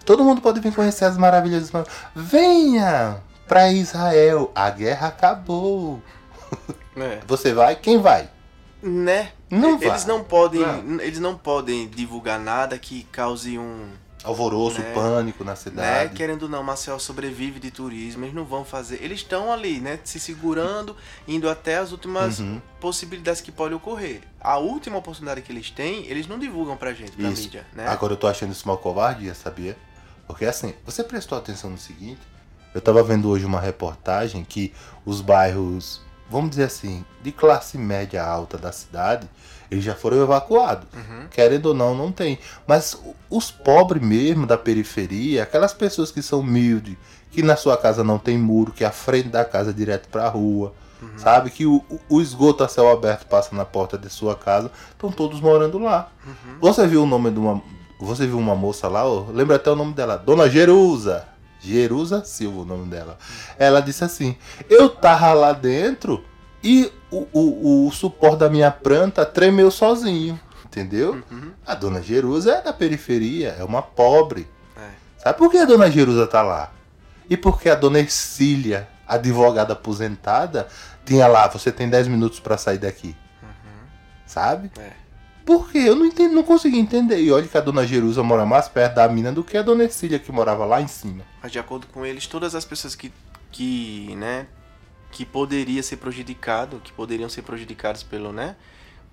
S2: Todo mundo pode vir conhecer as maravilhas do Ismael. Venha pra Israel. A guerra acabou.
S5: É.
S2: Você vai? Quem vai?
S3: Né?
S2: Não vai.
S3: eles não podem,
S5: Não.
S3: eles não podem divulgar nada que cause um,
S2: Alvoroço,
S3: Né?
S2: pânico na
S3: né?
S2: cidade.
S3: Querendo ou não, Maceió sobrevive de turismo, eles não vão fazer. Eles estão ali, né, se segurando, indo até as últimas
S2: Uhum.
S3: possibilidades que podem ocorrer. A última oportunidade que eles têm, eles não divulgam pra gente, pra
S2: Isso.
S3: mídia, né?
S2: Agora eu tô achando isso uma covardia, sabia? Porque assim, você prestou atenção no seguinte? Eu tava vendo hoje uma reportagem que os bairros, vamos dizer assim, de classe média alta da cidade, eles já foram evacuados.
S3: Uhum.
S2: Querendo ou não, não tem. Mas o- os pobres mesmo da periferia, aquelas pessoas que são humildes, que na sua casa não tem muro, que a frente da casa é direto pra rua,
S3: Uhum.
S2: sabe? Que o, o- o esgoto a céu aberto passa na porta de sua casa, estão todos morando lá.
S3: Uhum.
S2: Você viu o nome de uma. Você viu uma moça lá, ó, lembra até o nome dela, Dona Jerusa. Jerusa Silva, o nome dela. Ela disse assim: Eu tava lá dentro e o, o, o suporte da minha planta tremeu sozinho. Entendeu?
S3: Uhum.
S2: A Dona Jerusa é da periferia, é uma pobre.
S3: É.
S2: Sabe por que a Dona Jerusa tá lá? E porque a Dona Ercília, advogada aposentada, tinha lá: Você tem 10 minutos pra sair daqui.
S3: Uhum.
S2: Sabe?
S3: É.
S2: Por quê? Eu não, entendo, não consegui entender. E olha que a dona Jerusa mora mais perto da mina do que a dona Ercília, que morava lá em cima.
S3: Mas de acordo com eles, todas as pessoas que, que né, que poderia ser prejudicado, que poderiam ser prejudicados pelo, né,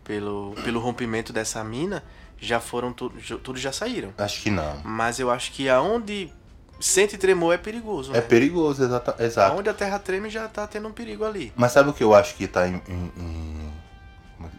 S3: pelo, pelo rompimento dessa mina, já foram, tu- ju- todos já saíram.
S2: Acho que não.
S3: Mas eu acho que aonde sente tremor é perigoso,
S2: É
S3: né?
S2: perigoso, exata, exato.
S3: Aonde a terra treme já tá tendo um perigo ali.
S2: Mas sabe o que eu acho que tá im- im- im-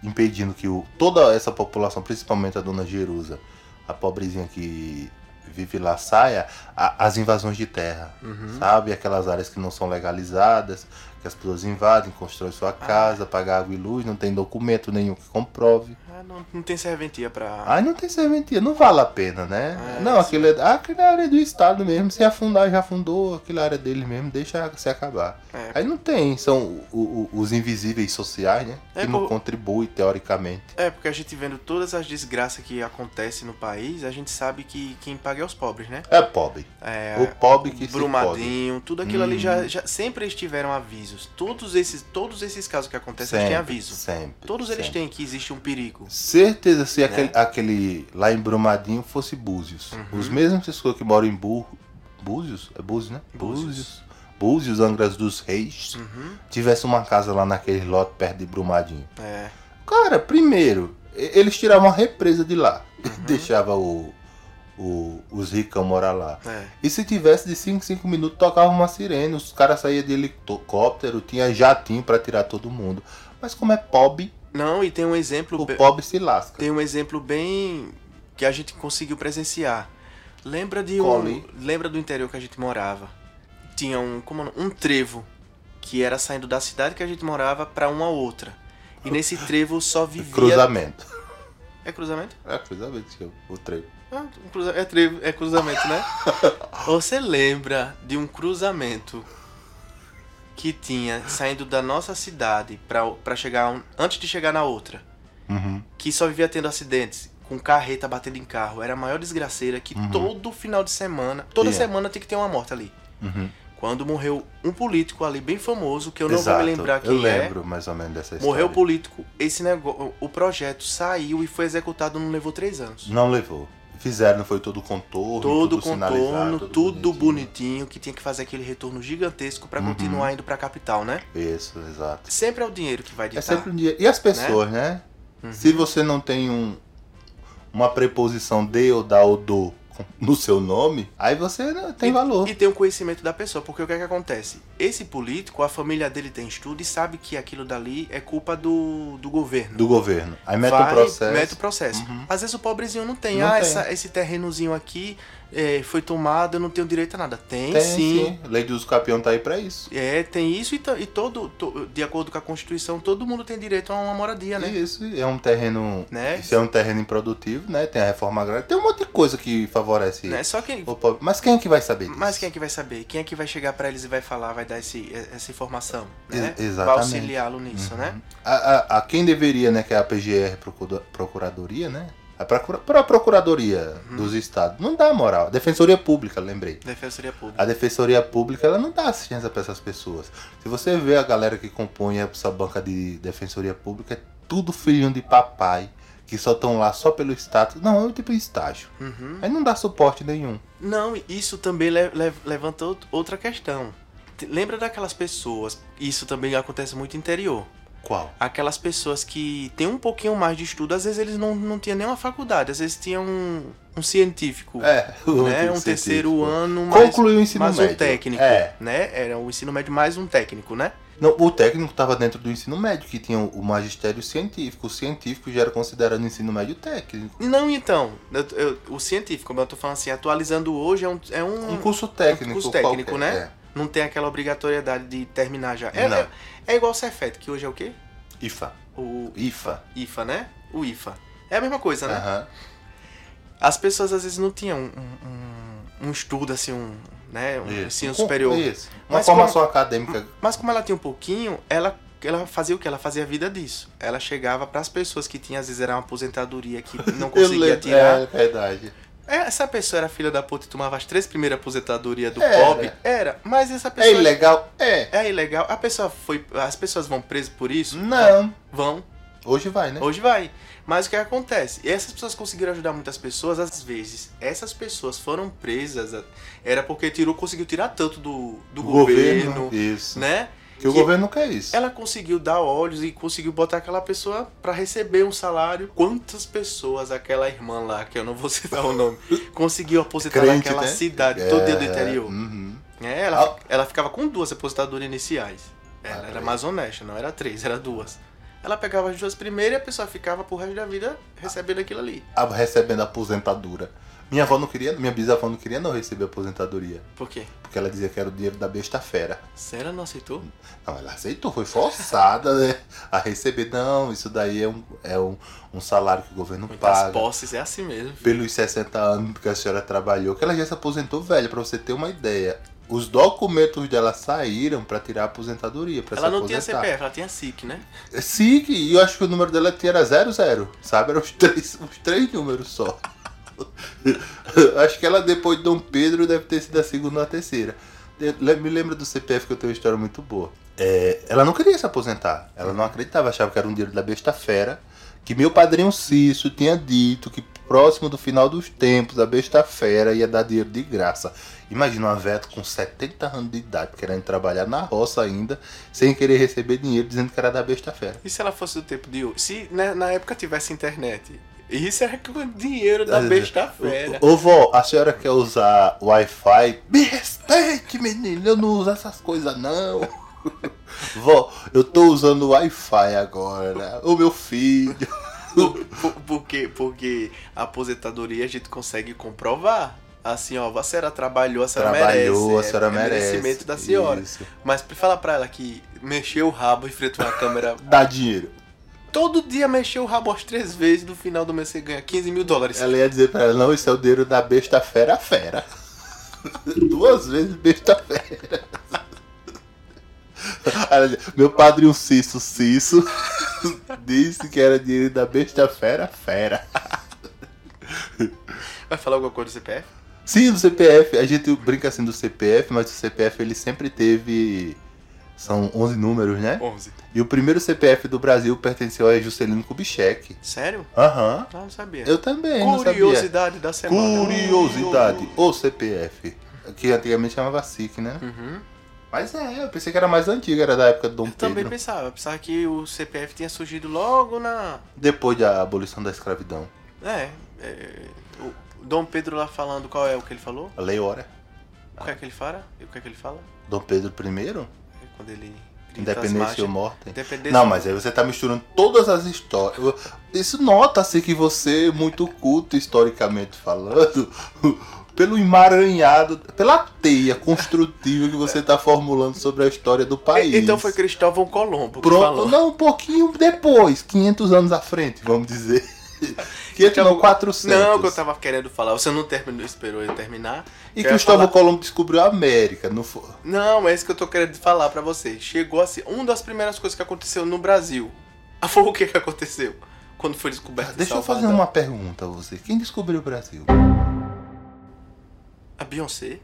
S2: impedindo que o- toda essa população, principalmente a dona Jerusa, a pobrezinha que vive lá, saia? A- as invasões de terra.
S3: Uhum.
S2: Sabe? Aquelas áreas que não são legalizadas, que as pessoas invadem, constroem sua
S3: Ah.
S2: casa, pagam água e luz, não tem documento nenhum que comprove.
S3: Ah, não, não tem serventia pra...
S2: Aí não tem serventia, não vale a pena, né?
S3: Ah. É,
S2: não, aquilo é, aquilo é área do Estado mesmo. Se afundar, já afundou, aquilo é área dele mesmo, deixa se acabar.
S3: É.
S2: Aí não tem, são o- o- os invisíveis sociais, né?
S3: É,
S2: que não
S3: pô.
S2: contribuem teoricamente.
S3: É, porque a gente vendo todas as desgraças que acontecem no país, a gente sabe que quem paga é os pobres, né?
S2: É pobre.
S3: É,
S2: o pobre que se pobre.
S3: Brumadinho, tudo aquilo ali já,
S2: Uhum.
S3: já- sempre eles tiveram avisos. Todos esses, todos esses casos que acontecem, eles têm aviso.
S2: Sempre.
S3: Todos eles
S2: sempre.
S3: têm que existe um perigo.
S2: Certeza se
S3: Né?
S2: aquele, aquele lá em Brumadinho fosse Búzios.
S3: Uhum.
S2: Os mesmos pessoas que moram em Bú... Búzios? É Búzios, né?
S3: Búzios.
S2: Búzios. Búzios, Angras dos Reis.
S3: Uhum,
S2: tivesse uma casa lá naquele lote perto de Brumadinho.
S3: é.
S2: Cara, primeiro, e- eles tiravam a represa de lá.
S3: Uhum.
S2: Deixava o, o- os ricão morar lá.
S3: É.
S2: E se tivesse de 5 em 5 minutos, tocava uma sirene. Os caras saíam de helicóptero, tinha jatinho pra tirar todo mundo. Mas como é pobre,
S3: Não, e tem um exemplo,
S2: o
S3: be-
S2: pobre se lasca.
S3: tem um exemplo bem que a gente conseguiu presenciar. Lembra de
S2: Colin.
S3: um, lembra do interior que a gente morava? Tinha um, como é o nome? um trevo que era saindo da cidade que a gente morava pra uma outra. E nesse trevo só vivia
S2: Cruzamento.
S3: É cruzamento?
S2: É, cruzamento, que eu- o trevo.
S3: Ah, um cruza- É, trevo, é cruzamento, né? Você lembra de um cruzamento que tinha saindo da nossa cidade pra, pra chegar um- antes de chegar na outra,
S2: Uhum.
S3: que só vivia tendo acidentes, com carreta batendo em carro. Era a maior desgraceira que
S2: Uhum.
S3: todo final de semana, toda
S2: Yeah.
S3: semana tem que ter uma morte ali.
S2: Uhum.
S3: Quando morreu um político ali bem famoso, que eu não vou me lembrar quem
S2: eu
S3: é.
S2: lembro mais ou menos dessa história.
S3: Morreu o político, esse negócio, o projeto saiu e foi executado, não levou três anos.
S2: Não levou. Fizeram, foi todo o contorno,
S3: todo
S2: Uhum. tudo
S3: o
S2: sinalizado,
S3: contorno,
S2: tudo
S3: tudo bonitinho, que tinha que fazer aquele retorno gigantesco pra
S2: Uhum.
S3: continuar indo pra capital, né?
S2: Isso, exato.
S3: Sempre é o dinheiro que vai ditar.
S2: É sempre um dia. E as pessoas, né?
S3: Uhum.
S2: Se você não tem um, uma preposição de ou da ou do no seu nome, aí você não tem
S3: E-
S2: valor.
S3: E tem o conhecimento da pessoa, porque o que é que acontece? Esse político, a família dele tem estudo e sabe que aquilo dali é culpa do, do governo.
S2: Do governo. Aí mete
S3: Vai,
S2: o processo.
S3: Mete o processo.
S2: Uhum.
S3: Às vezes o pobrezinho não tem.
S2: Não
S3: ah,
S2: tem.
S3: essa- esse terrenozinho aqui eh, foi tomado, eu não tenho direito a nada. Tem,
S2: Tem,
S3: sim.
S2: sim. Lei de uso campeão tá aí pra isso.
S3: É, tem isso e, to- e todo, to- de acordo com a Constituição, todo mundo tem direito a uma moradia, né?
S2: Isso, é um terreno.
S3: Né?
S2: Isso é um terreno improdutivo, né? Tem a reforma agrária. Tem um monte de coisa que favorece
S3: Né? Só que
S2: o pobre. Mas quem é que vai saber disso?
S3: Mas quem é que vai saber? Quem é que vai chegar pra eles e vai falar, vai dar esse, essa informação? Né?
S2: Ex- exatamente. Uhum.
S3: Vai auxiliá-lo nisso, né?
S2: A, a- a quem deveria, né? Que é a PGR Procura- Procuradoria, né? A procura, pra Procuradoria
S3: Uhum.
S2: dos Estados não dá moral. Defensoria Pública, lembrei.
S3: Defensoria Pública.
S2: A Defensoria Pública ela não dá assistência para essas pessoas. Se você vê a galera que compõe essa banca de Defensoria Pública, é tudo filhinho de papai, que só estão lá só pelo status. Não, é o tipo estágio.
S3: Uhum.
S2: Aí não dá suporte nenhum.
S3: Não, isso também le le- levanta out- outra questão. Te- Lembra daquelas pessoas, isso também acontece muito no interior.
S2: Qual?
S3: Aquelas pessoas que têm um pouquinho mais de estudo, às vezes eles não, não tinham nenhuma faculdade, às vezes tinham um, um científico,
S2: É, o
S3: né?
S2: antigo
S3: Um terceiro
S2: científico.
S3: ano, mais,
S2: Concluiu o ensino
S3: mais
S2: médio.
S3: um técnico,
S2: É.
S3: né? Era o ensino médio mais um técnico, né?
S2: Não, o técnico estava dentro do ensino médio, que tinha o magistério científico. O científico já era considerado um ensino médio técnico.
S3: Não, então, eu- eu- o científico, como eu tô falando assim, atualizando hoje é um... É um,
S2: Um curso técnico.
S3: curso técnico,
S2: qualquer, é.
S3: né? Não tem aquela obrigatoriedade de terminar já. É,
S2: Não.
S3: é, é igual o Cefet, que hoje é o quê?
S2: É. IFA.
S3: O
S2: IFA.
S3: IFA, né? O IFA. É a mesma coisa, né?
S2: Aham.
S3: As pessoas às vezes não tinham um, um- um estudo assim, um, né? um
S2: Isso.
S3: ensino
S2: Com-
S3: superior.
S2: Isso. Uma
S3: Mas
S2: formação acadêmica.
S3: Mas como ela tinha um pouquinho, ela, ela fazia o que? Ela fazia a vida disso. Ela chegava pras pessoas que tinham, às vezes, era uma aposentadoria que não conseguia
S2: lembro-
S3: tirar.
S2: É verdade.
S3: Essa pessoa era filha da puta e tomava as três primeiras aposentadorias do
S2: Era.
S3: pobre? Era. Mas essa
S2: É
S3: pessoa.
S2: ilegal? É.
S3: É ilegal. A pessoa foi. As pessoas vão presas por isso?
S2: Não.
S3: Vão.
S2: Hoje vai, né?
S3: Hoje vai. Mas o que acontece? Essas pessoas conseguiram ajudar muitas pessoas, às vezes. Essas pessoas foram presas. a- Era porque tirou, conseguiu tirar tanto do, do governo,
S2: Isso.
S3: né?
S2: Que o
S3: que-
S2: governo quer isso.
S3: Ela conseguiu dar olhos e conseguiu botar aquela pessoa pra receber um salário. Quantas pessoas aquela irmã lá, que eu não vou citar o nome, conseguiu aposentar
S2: Crente,
S3: naquela
S2: né?
S3: cidade, todo dia do
S2: É,
S3: interior?
S2: uhum.
S3: É, ela, ela ficava com duas aposentadorias iniciais.
S2: Ah,
S3: Ela era
S2: peraí.
S3: mais honesta, não era três, era duas. Ela pegava as duas primeiras e a pessoa ficava pro resto da vida recebendo aquilo ali.
S2: Ah, Recebendo aposentadura. Minha avó não queria, minha bisavó não queria não receber aposentadoria.
S3: Por quê?
S2: Porque ela dizia que era o dinheiro da besta fera.
S3: Sério, não aceitou?
S2: Não, ela aceitou, foi forçada né, a receber. Não, isso daí é um, é um, um salário que o governo
S3: Muitas
S2: paga.
S3: posses é assim mesmo.
S2: Pelos 60 anos que a senhora trabalhou, que ela já se aposentou velha, pra você ter uma ideia. Os documentos dela saíram pra tirar a aposentadoria, pra
S3: ela
S2: se
S3: não tinha
S2: aposentar.
S3: CPF, ela tinha SIC, né?
S2: Sim, e eu acho que o número dela tinha era 00, sabe? Eram os três, os três números só. acho que ela depois de Dom Pedro deve ter sido a segunda ou a terceira. Eu le- Me lembra do CPF que eu tenho uma história muito boa. É, ela não queria se aposentar. Ela não acreditava, achava que era um dinheiro da besta fera. Que meu padrinho Cício tinha dito que próximo do final dos tempos a besta fera ia dar dinheiro de graça. Imagina uma velha com 70 anos de idade querendo trabalhar na roça ainda, sem querer receber dinheiro, dizendo que era da besta fera.
S3: E se ela fosse do tempo de hoje? Se né, na época tivesse internet? Isso era com o dinheiro da
S2: Às vezes, né?
S3: besta fera.
S2: Ô, ô, vó, a senhora quer usar Wi-Fi? Me respeite, menino, eu não uso essas coisas, não. vó, eu tô usando Wi-Fi agora. O meu filho.
S3: Por- Porque, porque a aposentadoria a gente consegue comprovar. Assim, ó, a senhora trabalhou, a senhora
S2: Trabalhou,
S3: merece.
S2: a senhora
S3: é,
S2: merece.
S3: É merecimento da senhora.
S2: Isso.
S3: Mas pra falar pra ela que mexeu o rabo em frente a uma câmera.
S2: Dá dinheiro.
S3: Todo dia mexeu o rabo as três vezes, no final do mês você ganha 15 mil dólares.
S2: Ela ia dizer pra ela, não, isso é o dinheiro da besta fera fera. Duas vezes besta fera. Aí ela diz, Meu padrinho Cisso Cisso disse que era dinheiro da besta fera fera.
S3: Vai falar alguma coisa do CPF?
S2: Sim, do CPF. A gente brinca assim do CPF, mas o CPF ele sempre teve. São 11 números, né?
S3: 11.
S2: E o primeiro CPF do Brasil pertenceu a Juscelino Kubitschek.
S3: Sério?
S2: Aham.
S3: Ah, não sabia.
S2: Eu também, não sabia.
S3: Curiosidade da semana.
S2: Curiosidade. O CPF. Que antigamente chamava SIC, né?
S3: Uhum.
S2: Mas é, eu pensei que era mais antigo, era da época do Dom
S3: Eu também
S2: Pedro.
S3: pensava, eu pensava que o CPF tinha surgido logo na.
S2: Depois da abolição da escravidão.
S3: É. é, o Dom Pedro lá falando qual é o que ele falou?
S2: A lei ora.
S3: O que é que ele fala? E o que é que ele fala?
S2: Dom Pedro I?
S3: É Quando ele. grita as
S2: Independência ou
S3: marchas.
S2: morte?
S3: Independência.
S2: Não, mas aí você tá misturando todas as histórias. Isso nota-se que você é muito culto historicamente falando, pelo emaranhado, pela teia construtiva que você tá formulando sobre a história do país.
S3: E- Então foi Cristóvão Colombo que
S2: Pronto,
S3: falou.
S2: não, um pouquinho depois, 500 anos à frente, vamos dizer. 500 não, 400.
S3: Então, Não, o que eu tava querendo falar. Você não terminou, esperou eu terminar.
S2: E
S3: Eu ia
S2: Cristóvão
S3: falar-
S2: Colombo descobriu a América, não foi?
S3: Não, é isso que eu tô querendo falar pra você. Chegou assim, uma das primeiras coisas que aconteceu no Brasil. Ah, Foi o que que aconteceu? quando foi descoberta em
S2: Deixa eu fazer
S3: Salvador.
S2: uma pergunta a você. Quem descobriu o Brasil?
S3: A Beyoncé?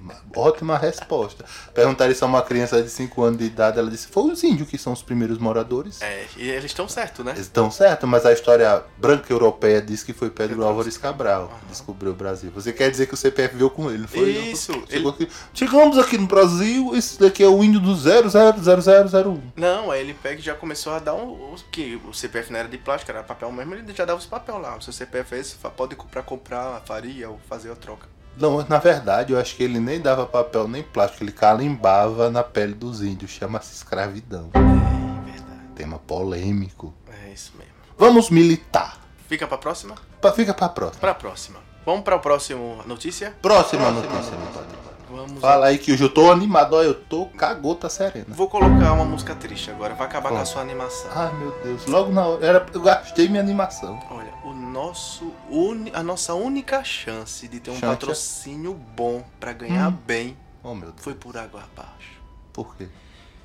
S2: Uma Ótima resposta. Perguntaram isso a uma criança de 5 anos de idade, ela disse: foi os índios que são os primeiros moradores.
S3: É, e eles estão certos, né?
S2: Eles estão certo, mas a história branca europeia diz que foi Pedro Álvares Cabral que descobriu o Brasil. Você quer dizer que o CPF veio com ele, não foi?
S3: Isso,
S2: Não. Chegou aqui, Chegamos aqui no Brasil, esse daqui é o índio do 000001.
S3: Não, aí ele pega e já começou a dar um. o Que o CPF não era de plástico, era papel mesmo, ele já dava os papel lá. O seu CPF é esse, fa- pode co- pra comprar a faria ou fazer a troca.
S2: Não, mas na verdade, eu acho que ele nem dava papel nem plástico, ele calimbava na pele dos índios. Chama-se escravidão.
S3: É verdade.
S2: Tema polêmico.
S3: É isso mesmo.
S2: Vamos militar.
S3: Fica pra próxima?
S2: Pa- Fica pra próxima.
S3: Pra próxima. Vamos pra próxima notícia?
S2: Próxima notícia, meu padre.
S3: Vamos.
S2: Fala aí que hoje eu tô animado, ó, eu tô cagota serena.
S3: Vou colocar uma música triste agora, vai acabar com a
S2: Bom.
S3: sua animação.
S2: Ai meu Deus, logo na hora, era- eu gastei minha animação.
S3: Olha, o nosso uni- a nossa única chance de ter um
S2: Chance.
S3: patrocínio bom pra ganhar bem
S2: Oh meu Deus,
S3: foi por água abaixo.
S2: por quê?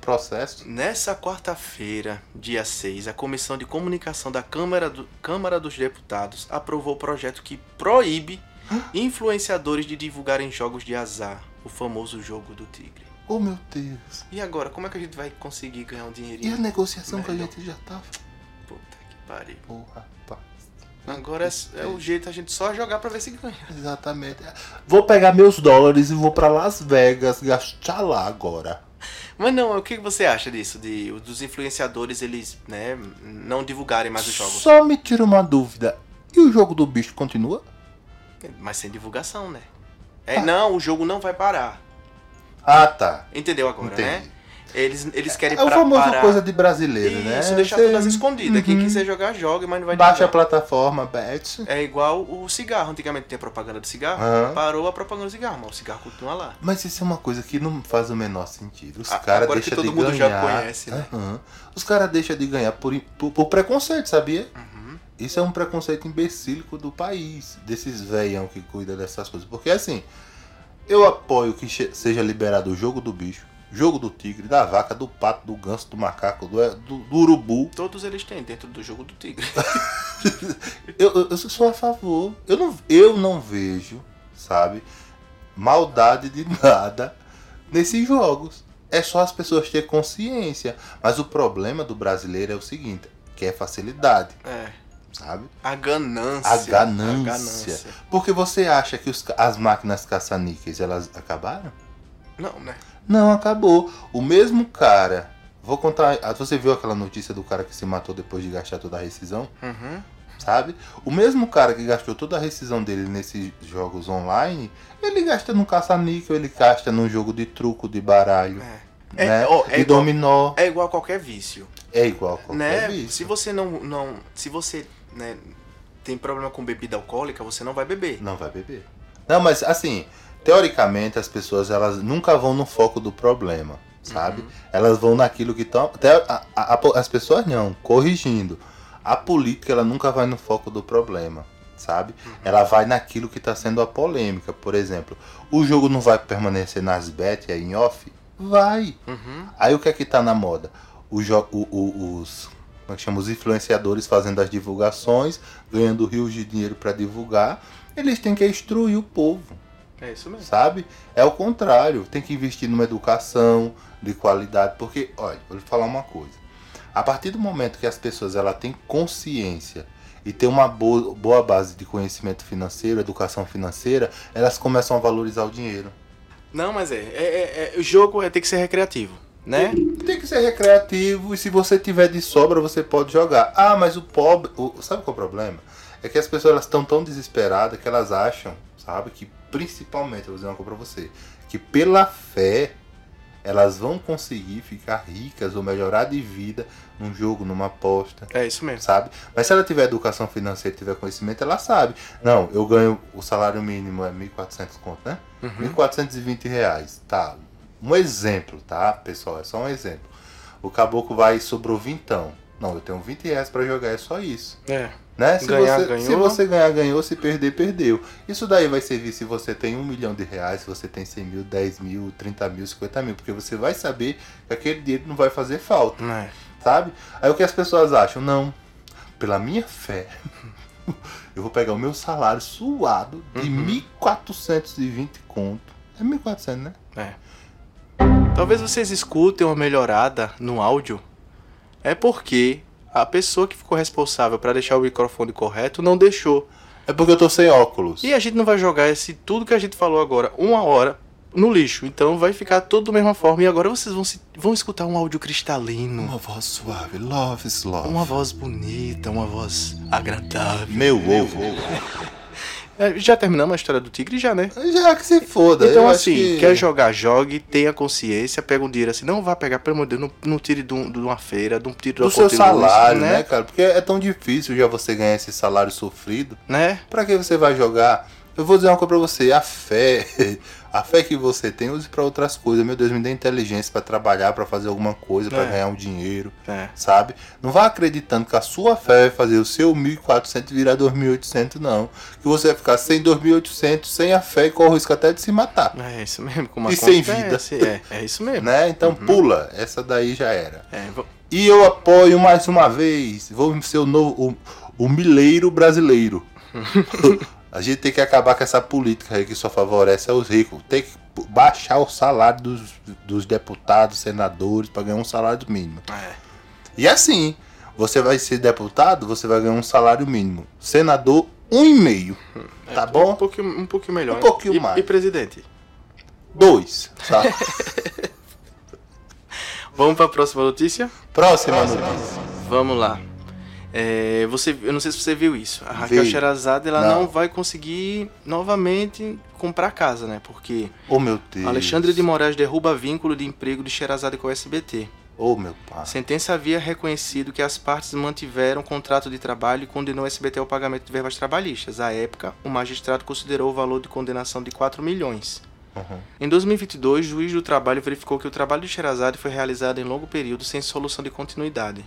S2: Processo?
S3: Nessa quarta-feira, dia 6, a Comissão de Comunicação da Câmara, do- Câmara dos Deputados aprovou o projeto que proíbe influenciadores de divulgarem jogos de azar, o famoso jogo do tigre.
S2: Oh meu Deus.
S3: E agora, como é que a gente vai conseguir ganhar um
S2: E a
S3: dinheirinho?
S2: negociação que a
S3: Melhor.
S2: gente já tá? tava?
S3: Puta que pariu.
S2: Ô rapaz.
S3: Agora é, é o jeito a gente só jogar pra ver se ganha.
S2: Exatamente. Vou pegar meus dólares e vou pra Las Vegas gastar lá agora.
S3: Mas não, o que você acha disso? De, dos influenciadores, eles, né, não divulgarem mais os jogos.
S2: Só me tira uma dúvida. E o jogo do bicho continua?
S3: Mas sem divulgação, né? É, não, o jogo não vai parar.
S2: Ah tá.
S3: Entendeu agora,
S2: Entendi.
S3: né? Eles, eles querem
S2: É o
S3: pra-
S2: famoso
S3: parar.
S2: coisa de brasileiro, né?
S3: Isso, deixar
S2: Você-
S3: todas escondidas. Quem
S2: Uhum.
S3: quiser jogar, joga, mas não vai
S2: Baixa a
S3: divulgar.
S2: plataforma, bet.
S3: É igual o cigarro. Antigamente tinha propaganda do cigarro.
S2: Aham.
S3: Parou a propaganda do cigarro, mas o cigarro continua lá.
S2: Mas isso é uma coisa que não faz o menor sentido. Os
S3: A-
S2: caras
S3: agora que
S2: deixam de
S3: todo mundo já
S2: ganhar.
S3: conhece, né?
S2: Aham. Os caras deixam de ganhar por, por, por preconceito, sabia?
S3: Uhum.
S2: Isso é um preconceito imbecílico do país, desses velhão que cuida dessas coisas. Porque assim, eu apoio que che- seja liberado o jogo do bicho, jogo do tigre, da vaca, do pato, do ganso, do macaco, do, é, do- do urubu.
S3: Todos eles têm dentro do jogo do tigre.
S2: Eu, eu- eu sou a favor. Eu não, eu não vejo, sabe, maldade de nada nesses jogos. É só as pessoas ter consciência. Mas o problema do brasileiro é o seguinte, que é facilidade,
S3: É.
S2: sabe?
S3: A ganância.
S2: A ganância.
S3: A ganância.
S2: Porque você acha que os ca- as máquinas caça-níqueis, elas acabaram?
S3: Não, né?
S2: Não, acabou. O mesmo cara... Vou contar... ah, Você viu aquela notícia do cara que se matou depois de gastar toda a rescisão?
S3: Uhum.
S2: sabe? O mesmo cara que gastou toda a rescisão dele nesses jogos online, ele gasta no caça-níquel, ele gasta num jogo de truco, de baralho,
S3: É. É,
S2: né?
S3: ó, é
S2: de
S3: igual-
S2: dominó.
S3: É igual a qualquer vício.
S2: É igual a qualquer
S3: né?
S2: vício.
S3: Se você não, não. Se você né, tem problema com bebida alcoólica, você não vai beber.
S2: Não vai beber. Não, mas assim, teoricamente as pessoas elas nunca vão no foco do problema, sabe? Elas vão naquilo que estão. As pessoas não, corrigindo. A política ela nunca vai no foco do problema, sabe? Ela vai naquilo que está sendo a polêmica. Por exemplo, o jogo não vai permanecer nas bet aí em off? Vai.
S3: Uhum.
S2: Aí o que é que tá na moda? O jo- o- o- os, como é que chama? Os influenciadores fazendo as divulgações, ganhando rios de dinheiro para divulgar. Eles têm que instruir o povo,
S3: É isso mesmo.
S2: sabe? É o contrário, tem que investir numa educação de qualidade, porque, olha, vou lhe falar uma coisa. A partir do momento que as pessoas ela têm consciência e tem uma boa, boa base de conhecimento financeiro, educação financeira, elas começam a valorizar o dinheiro.
S3: Não, mas é. é, é, é- o jogo é, tem que ser recreativo, né?
S2: Tem que ser recreativo e se você tiver de sobra você pode jogar. Ah, mas o pobre. o- sabe qual é o problema? É que as pessoas elas estão tão desesperadas que elas acham, sabe? Que principalmente, eu vou dizer uma coisa pra você, que pela fé elas vão conseguir ficar ricas ou melhorar de vida num jogo, numa aposta,
S3: É isso mesmo.
S2: sabe? Mas se ela tiver educação financeira, tiver conhecimento, ela sabe. Não, eu ganho o salário mínimo é 1.400 conto, né? R$
S3: Uhum.
S2: 1.420 reais, tá? Um exemplo, tá, pessoal? É só um exemplo. O caboclo vai e sobrou vintão. Não, eu tenho 20 reais pra jogar, é só isso.
S3: É.
S2: Né? Se,
S3: Ganhar,
S2: você,
S3: ganhou.
S2: se você ganhar, ganhou. Se perder, perdeu. Isso daí vai servir se você tem um milhão de reais, se você tem 100 mil, 10 mil, 30 mil, 50 mil. Porque você vai saber que aquele dinheiro não vai fazer falta,
S3: Não é.
S2: sabe? Aí o que as pessoas acham? Não. pela minha fé, eu vou pegar o meu salário suado de
S3: Uhum.
S2: 1.420 conto. É 1.400, né?
S3: É. Talvez vocês escutem uma melhorada no áudio. É porque a pessoa que ficou responsável pra deixar o microfone correto não deixou.
S2: É porque eu tô sem óculos.
S3: E a gente não vai jogar esse tudo que a gente falou agora, uma hora, no lixo. Então vai ficar tudo da mesma forma. E agora vocês vão, se- vão escutar um áudio cristalino.
S2: Uma voz suave, love is love.
S3: Uma voz bonita, uma voz agradável.
S2: Meu ovo.
S3: É, Já terminamos a história do tigre, já, né?
S2: Já que se foda.
S3: Então,
S2: eu acho
S3: assim,
S2: que...
S3: quer jogar, jogue, tenha consciência, pega um dinheiro assim, não vá pegar, pelo amor de Deus, não, não tire de, um- de uma feira, não tire
S2: do
S3: uma
S2: seu
S3: conta de luz,
S2: salário, né? cara? Porque é tão difícil já você ganhar esse salário sofrido.
S3: né?
S2: Pra que você vai jogar? Eu vou dizer uma coisa pra você, a fé, a fé que você tem, use pra outras coisas. Meu Deus, me dê inteligência pra trabalhar, pra fazer alguma coisa, pra
S3: É.
S2: ganhar um dinheiro,
S3: É.
S2: sabe? Não vá acreditando que a sua fé vai fazer o seu 1.400 virar 2.800, não. Que você vai ficar sem 2.800, sem a fé e corre o risco até de se matar,
S3: É isso mesmo, como
S2: E sem
S3: acontece, É, é isso mesmo.
S2: né? Então pula, essa daí já era.
S3: É, vo-
S2: E eu apoio mais uma vez. Vou ser o novo. O, o mileiro brasileiro. a gente tem que acabar com essa política aí que só favorece aos ricos. Tem que baixar o salário dos, dos deputados, senadores, para ganhar um salário mínimo.
S3: é.
S2: E assim, você vai ser deputado, você vai ganhar um salário mínimo. Senador, um e meio. Tá
S3: Um
S2: bom?
S3: pouquinho, um pouquinho melhor.
S2: Um
S3: né?
S2: pouquinho
S3: E-
S2: mais.
S3: E presidente?
S2: Dois. Tá?
S3: Vamos pra próxima notícia?
S2: Próxima notícia.
S3: Vamos lá. É, você, eu não sei se você viu isso. A Raquel
S2: Vi.
S3: Sherazade ela
S2: Não.
S3: não. vai conseguir novamente comprar casa, né? Porque
S2: Oh meu Deus.
S3: Alexandre de Moraes derruba vínculo de emprego de Sherazade com o SBT.
S2: Oh meu pai.
S3: A sentença havia reconhecido que as partes mantiveram o contrato de trabalho e condenou o SBT ao pagamento de verbas trabalhistas. À época, o magistrado considerou o valor de condenação de 4 milhões.
S2: Uhum.
S3: Em 2022, o juiz do trabalho verificou que o trabalho de Sherazade foi realizado em longo período sem solução de continuidade.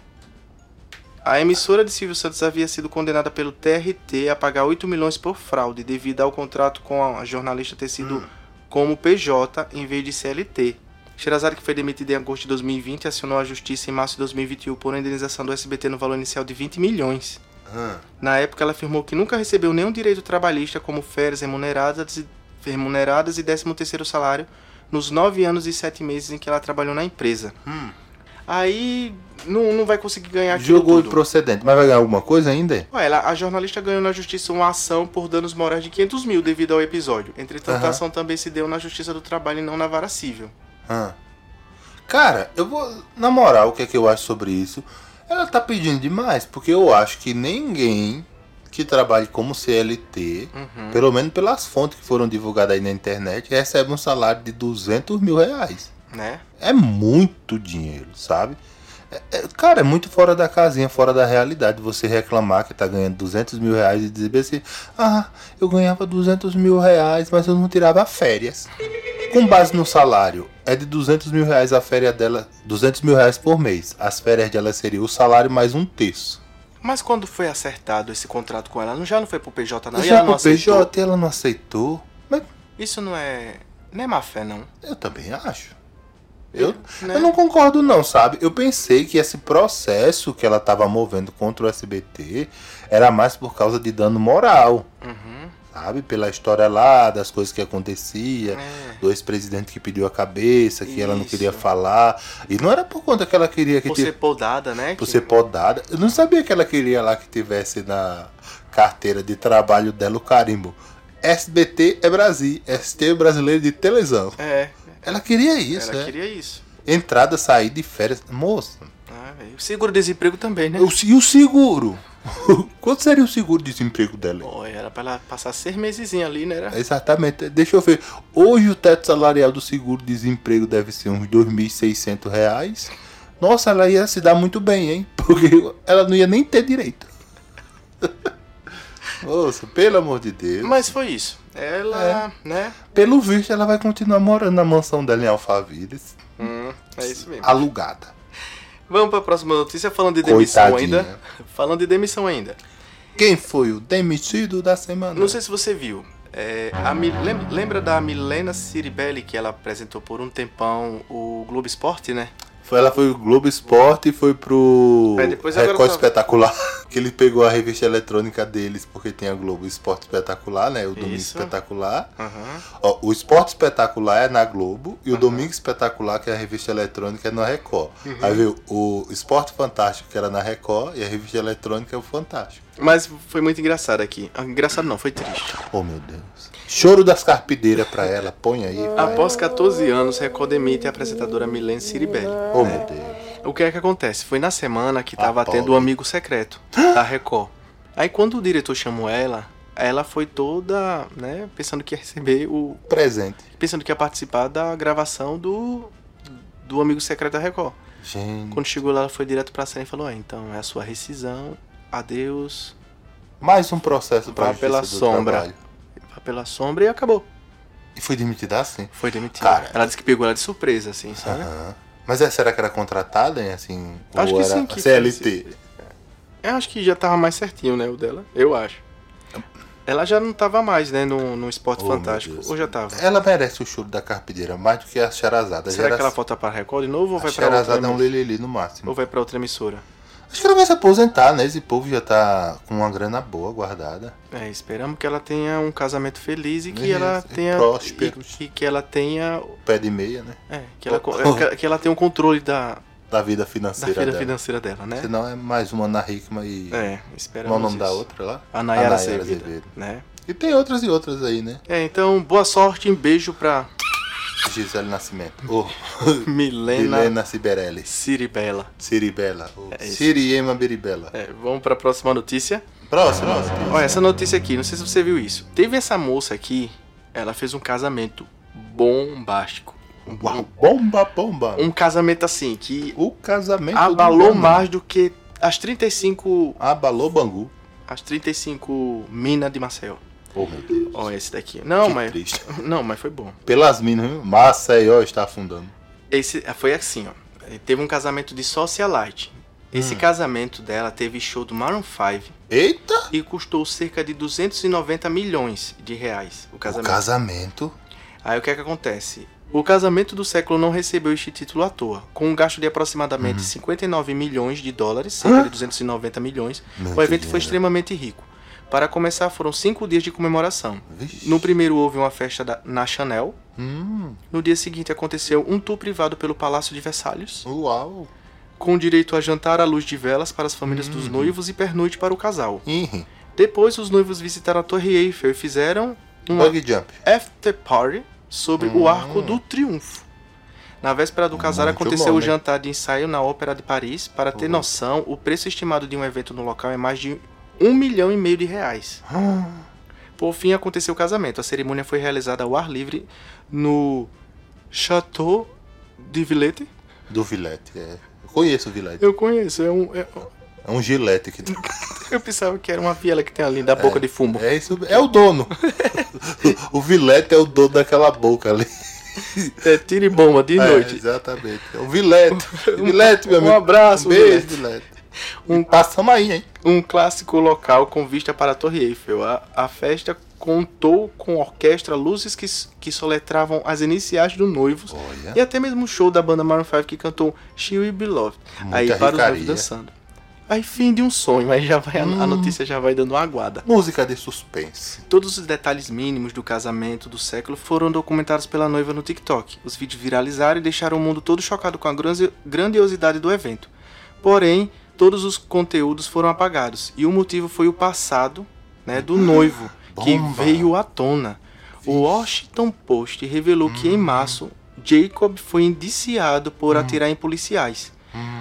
S3: A emissora de Silvio Santos havia sido condenada pelo TRT a pagar 8 milhões por fraude devido ao contrato com a jornalista ter sido como PJ em vez de CLT. Sherazade, que foi demitida em agosto de 2020, acionou a justiça em março de 2021 por indenização do SBT no valor inicial de 20 milhões.
S2: Hum.
S3: Na época, ela afirmou que nunca recebeu nenhum direito trabalhista, como férias remuneradas e, remuneradas e 13º salário, nos nove anos e sete meses em que ela trabalhou na empresa.
S2: Hum.
S3: Aí, não, não vai conseguir ganhar aquilo
S2: Jogou
S3: tudo.
S2: procedente, mas vai ganhar alguma coisa ainda?
S3: Ué, ela, a jornalista ganhou na justiça uma ação por danos morais de 500 mil devido ao episódio. Entretanto,
S2: Aham.
S3: a ação também se deu na Justiça do Trabalho e não na Vara Civil.
S2: Hã. Cara, eu vou. Na moral, o que é que eu acho sobre isso? Ela tá pedindo demais, porque eu acho que ninguém que trabalhe como CLT,
S3: Uhum.
S2: pelo menos pelas fontes que foram divulgadas aí na internet, recebe um salário de 200 mil reais.
S3: Né?
S2: É muito dinheiro, sabe? É- é- cara, é muito fora da casinha, fora da realidade você reclamar que tá ganhando 200 mil reais e dizer assim: Ah, eu ganhava 200 mil reais, mas eu não tirava férias. Com base no salário, é de 200 mil reais a férias dela, 200 mil reais por mês. As férias dela seria o salário mais um terço.
S3: Mas quando foi acertado esse contrato com ela, não- já não foi pro PJ, não?
S2: Eu
S3: E ela
S2: já
S3: não
S2: pro
S3: aceitou?
S2: PJ um ela não aceitou. Mas
S3: Isso não é... Não é má fé, não.
S2: eu também acho. Eu,
S3: Né?
S2: Eu não concordo não, sabe? Eu pensei que esse processo que ela estava movendo contra o SBT era mais por causa de dano moral,
S3: Uhum.
S2: sabe? Pela história lá, das coisas que acontecia,
S3: É.
S2: do ex-presidente que pediu a cabeça, que ela não
S3: Isso.
S2: queria falar. E não era por conta que ela queria que
S3: Por
S2: tivesse
S3: ser podada, né?
S2: por
S3: que-
S2: ser podada. Eu não sabia que ela queria lá que tivesse na carteira de trabalho dela o carimbo. SBT é Brasil, ST brasileiro de televisão.
S3: É,
S2: Ela queria isso,
S3: ela
S2: né?
S3: queria isso.
S2: Entrada, saída e férias. Moça,
S3: Ah, velho. O seguro-desemprego também, né?
S2: O se- E o seguro? Quanto seria o seguro de desemprego dela?
S3: Pô, era pra ela passar seis meses ali, né?
S2: É
S3: Era...
S2: Exatamente. Deixa eu ver. Hoje o teto salarial do seguro de desemprego deve ser uns R$ 2.600 reais. Nossa, ela ia se dar muito bem, hein? Porque ela não ia nem ter direito. Nossa, pelo amor de Deus.
S3: Mas foi isso. Ela,
S2: É.
S3: né?
S2: Pelo visto, ela vai continuar morando na mansão dela em Alphaville,
S3: Hum, é isso mesmo.
S2: alugada.
S3: Vamos pra próxima notícia, falando de demissão
S2: Coitadinha.
S3: ainda. Falando de demissão ainda.
S2: Quem foi o demitido da semana?
S3: Não sei se você viu. é, a Mi- lem- Lembra da Milena Ciribelli que ela apresentou por um tempão o Globo Esporte, né?
S2: Foi, ela foi o Globo Esporte e foi pro
S3: É, depois agora
S2: Record
S3: só-
S2: Espetacular. que ele pegou a revista eletrônica deles, porque tem a Globo Esporte Espetacular, né? O Domingo
S3: Isso.
S2: Espetacular.
S3: Aham.
S2: Ó, o Esporte Espetacular é na Globo e o Domingo Espetacular, que é a revista eletrônica, é na Record.
S3: Uhum.
S2: Aí veio o Esporte Fantástico, que era na Record, e a revista eletrônica é o Fantástico.
S3: Mas foi muito engraçado aqui. Ah, Engraçado não, foi triste.
S2: Oh, meu Deus. Choro das Carpideiras pra ela, põe aí. vai.
S3: Após 14 anos, Record demite a apresentadora Milene Ciribelli.
S2: Oh, meu Deus.
S3: O que é que acontece? Foi na semana que tava
S2: Apolo.
S3: tendo o amigo secreto da Record. Aí quando o diretor chamou ela, ela foi toda, né, pensando que ia receber o.
S2: Presente.
S3: Pensando que ia participar da gravação do. do amigo secreto da Record.
S2: Gente.
S3: Quando chegou lá, ela foi direto pra cena e falou: "É, então é a sua rescisão, adeus,
S2: Mais um processo pra
S3: Vá
S2: Justiça
S3: pela
S2: do
S3: sombra.
S2: Trabalho.
S3: vá pela sombra e acabou.
S2: E foi demitida assim?
S3: Foi demitida.
S2: Cara.
S3: Ela disse que pegou ela de surpresa, assim, sabe?
S2: Aham. Mas é, será que era contratada, hein, assim?
S3: Acho
S2: ou
S3: que
S2: era
S3: sim, que
S2: CLT.
S3: Eu acho que já tava mais certinho, né, o dela. Eu acho. Ela já não tava mais, né, no, no esporte
S2: Oh, meu
S3: fantástico.
S2: Deus.
S3: Ou já tava?
S2: Ela merece o choro da carpideira mais do que a Xerazada.
S3: Será
S2: Gera-
S3: que ela volta pra Record de novo ou
S2: A
S3: vai pra outra?
S2: Xerazada é um
S3: emissora?
S2: lelili no máximo.
S3: Ou vai pra outra emissora?
S2: Acho que ela vai se aposentar, né? Esse povo já tá com uma grana boa guardada.
S3: É, esperamos que ela tenha um casamento feliz e que
S2: Isso,
S3: ela
S2: e
S3: tenha.
S2: próspero.
S3: E, e que ela tenha.
S2: Pé de meia, né?
S3: É, que ela, co- é, que- que ela tenha o controle da,
S2: Da vida
S3: da
S2: financeira
S3: vida
S2: dela.
S3: financeira dela, né?
S2: Senão é mais uma Ana Hickman e...
S3: É,
S2: Qual
S3: esperamos.
S2: é o nome da
S3: isso.
S2: outra lá?
S3: A Nayara
S2: Nayara
S3: Azevedo,
S2: Azevedo.
S3: né?
S2: E tem outras e outras aí, né?
S3: É, então, boa sorte, um beijo pra
S2: Gisele Nascimento. Oh.
S3: Milena,
S2: Helena Ciberelli.
S3: Ciribella.
S2: Ciribela. Oh.
S3: É isso.
S2: Siriema Beribela.
S3: É, vamos pra próxima notícia.
S2: Próximo, próximo.
S3: Olha, essa notícia aqui, não sei se você viu isso. Teve essa moça aqui, ela fez um casamento bombástico.
S2: Uau, bomba, bomba.
S3: Um casamento assim, que
S2: O casamento do
S3: abalou
S2: Bangu.
S3: mais do que as 35
S2: Abalou Bangu.
S3: as 35 minas de Maceió.
S2: Oh, meu Deus.
S3: Ó, esse daqui. Não,
S2: que
S3: mas
S2: triste.
S3: não, mas foi bom.
S2: Pelas minas, viu? Maceió está afundando.
S3: Esse foi assim, ó. Teve um casamento de socialite. Esse
S2: Hum.
S3: casamento dela teve show do Maroon 5
S2: Eita!
S3: e custou cerca de 290 milhões de reais o
S2: O
S3: casamento.
S2: casamento.
S3: Aí o que é que acontece? O casamento do século não recebeu este título à toa. Com um gasto de aproximadamente
S2: Uhum.
S3: 59 milhões de dólares, cerca de 290 milhões,
S2: Muito
S3: o evento foi
S2: dinheiro.
S3: extremamente rico. Para começar, foram cinco dias de comemoração.
S2: Vixe.
S3: No primeiro houve uma festa da- na Chanel.
S2: Hum,
S3: No dia seguinte aconteceu um tour privado pelo Palácio de Versalhes,
S2: uau.
S3: com direito a jantar à luz de velas para as famílias dos noivos e pernoite para o casal.
S2: Ih,
S3: Depois, os noivos visitaram a Torre Eiffel e fizeram uma
S2: bug jump.
S3: after party sobre o Arco do Triunfo. Na véspera do casar
S2: Muito
S3: aconteceu
S2: bom,
S3: o
S2: né?
S3: jantar de ensaio na Ópera de Paris. Para ter noção, o preço estimado de um evento no local é mais de um milhão e meio de reais. Por fim, aconteceu o casamento. A cerimônia foi realizada ao ar livre no Chateau de Villette.
S2: Do Vilete, é. Eu conheço o Vilete.
S3: Eu conheço, é um, é-
S2: É um gilete que
S3: eu pensava que era uma viela que tem ali da boca de fumo.
S2: É isso, é o dono. o Vilete é o dono daquela boca ali.
S3: É tiro e bomba de
S2: É,
S3: noite.
S2: exatamente. É o Vilete. Vilete, meu
S3: um
S2: amigo.
S3: abraço,
S2: um beijo, Vilete.
S3: Um-
S2: E Passamos aí, hein?
S3: um clássico local com vista para a Torre Eiffel. A, a festa contou com orquestra, luzes que, s- que soletravam as iniciais do noivo
S2: Olha.
S3: e até mesmo um show da banda Maroon 5 que cantou She Will Be Loved.
S2: Muita
S3: aí para os noivos
S2: ricaria. Hum.
S3: dançando. Aí fim de um sonho, aí já vai a, a notícia já vai dando uma aguada.
S2: Música de suspense.
S3: Todos os detalhes mínimos do casamento do século foram documentados pela noiva no TikTok. Os vídeos viralizaram e deixaram o mundo todo chocado com a granzi- grandiosidade do evento. Porém, todos os conteúdos foram apagados e o motivo foi o passado né, do noivo, que
S2: Bomba.
S3: veio à tona. O Washington Post revelou que em março, Jacob foi indiciado por atirar em policiais.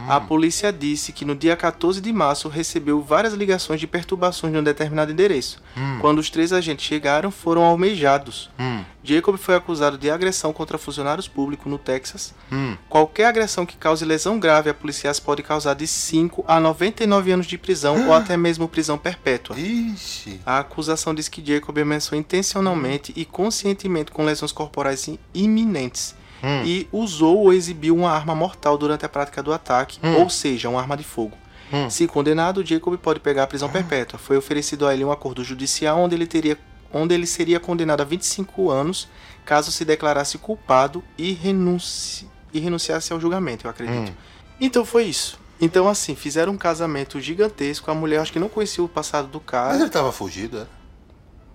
S3: A polícia disse que no dia 14 de março recebeu várias ligações de perturbações de um determinado endereço. Quando os três agentes chegaram, foram almejados.
S2: Hum.
S3: Jacob foi acusado de agressão contra funcionários públicos no Texas.
S2: Hum.
S3: Qualquer agressão que cause lesão grave a policiais pode causar de 5 a 99 anos de prisão ou até mesmo prisão perpétua.
S2: Ixi.
S3: A acusação diz que Jacob ameaçou intencionalmente e conscientemente com lesões corporais im- iminentes
S2: Hum.
S3: e usou ou exibiu uma arma mortal durante a prática do ataque, ou seja, uma arma de fogo.
S2: Hum.
S3: Se condenado, Jacob pode pegar a
S2: Ah.
S3: prisão perpétua. Foi oferecido a ele um acordo judicial onde ele teria onde ele seria condenado a 25 anos caso se declarasse
S2: Hum.
S3: hum. culpado e renuncie e renunciasse ao julgamento, eu acredito. Então foi isso. Então, assim, fizeram um casamento gigantesco. A mulher acho que não conhecia o passado do
S2: Mas
S3: cara.
S2: ele tava fugido, é?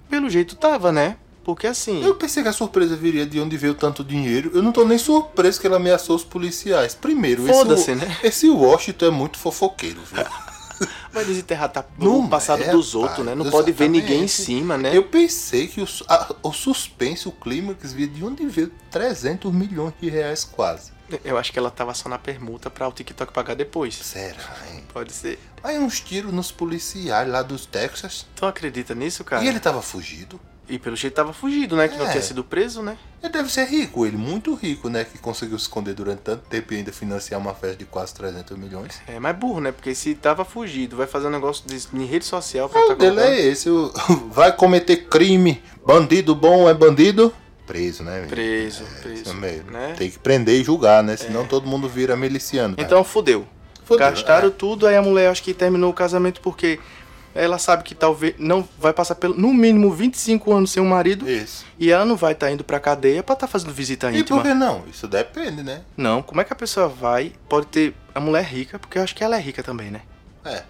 S3: Pelo jeito tava, né? Porque assim.
S2: Eu pensei que a surpresa viria de onde veio tanto dinheiro. Eu não tô nem surpreso que ele ameaçou os policiais. Primeiro,
S3: Foda-se,
S2: esse,
S3: né?
S2: esse Washington é muito fofoqueiro, viu?
S3: Vai desenterrar tá,
S2: Não
S3: o passado
S2: é,
S3: dos
S2: rapaz,
S3: outros, né? Não pode ver ninguém em
S2: exatamente.
S3: cima, né?
S2: Eu pensei que o, su- a- o suspense, o clímax, via de onde veio 300 milhões de reais quase.
S3: Eu acho que ela tava só na permuta pra o TikTok pagar depois.
S2: Sério, hein?
S3: Pode ser.
S2: Aí uns tiros nos policiais lá dos Texas.
S3: Tu Então acredita nisso, cara?
S2: E ele tava fugido.
S3: E pelo jeito tava fugido, né? Que não
S2: É.
S3: tinha sido preso, né?
S2: Ele deve ser rico, ele muito rico, né? Que conseguiu se esconder durante tanto tempo e ainda financiar uma festa de quase 300 milhões.
S3: É mais burro, né? Porque se tava fugido, vai fazer um negócio de, em rede social pra
S2: O dele é esse, o- vai cometer crime. Bandido bom é bandido. Preso, né? menino?
S3: preso,
S2: Isso é
S3: preso.
S2: mesmo.
S3: né? É.
S2: Tem que prender e julgar, né? Senão todo mundo vira miliciano. cara.
S3: Então fudeu.
S2: Fudeu, é.
S3: Gastaram tudo, aí a mulher acho que terminou o casamento porque ela sabe que talvez não vai passar pelo no mínimo 25 anos sem um marido
S2: Isso.
S3: e ela não vai estar indo pra cadeia pra estar fazendo visita
S2: E por
S3: íntima.
S2: que não? Isso depende, né?
S3: Não, como é que a pessoa vai? Pode ter a mulher rica, porque eu acho que ela é rica também, né?
S2: É.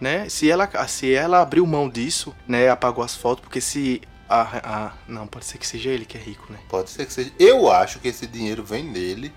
S3: né? Se ela, se ela abriu mão disso, né? Apagou as fotos, porque se. A, a- não, pode ser que seja ele que é rico, né?
S2: Pode ser que seja. Eu acho que esse dinheiro vem dele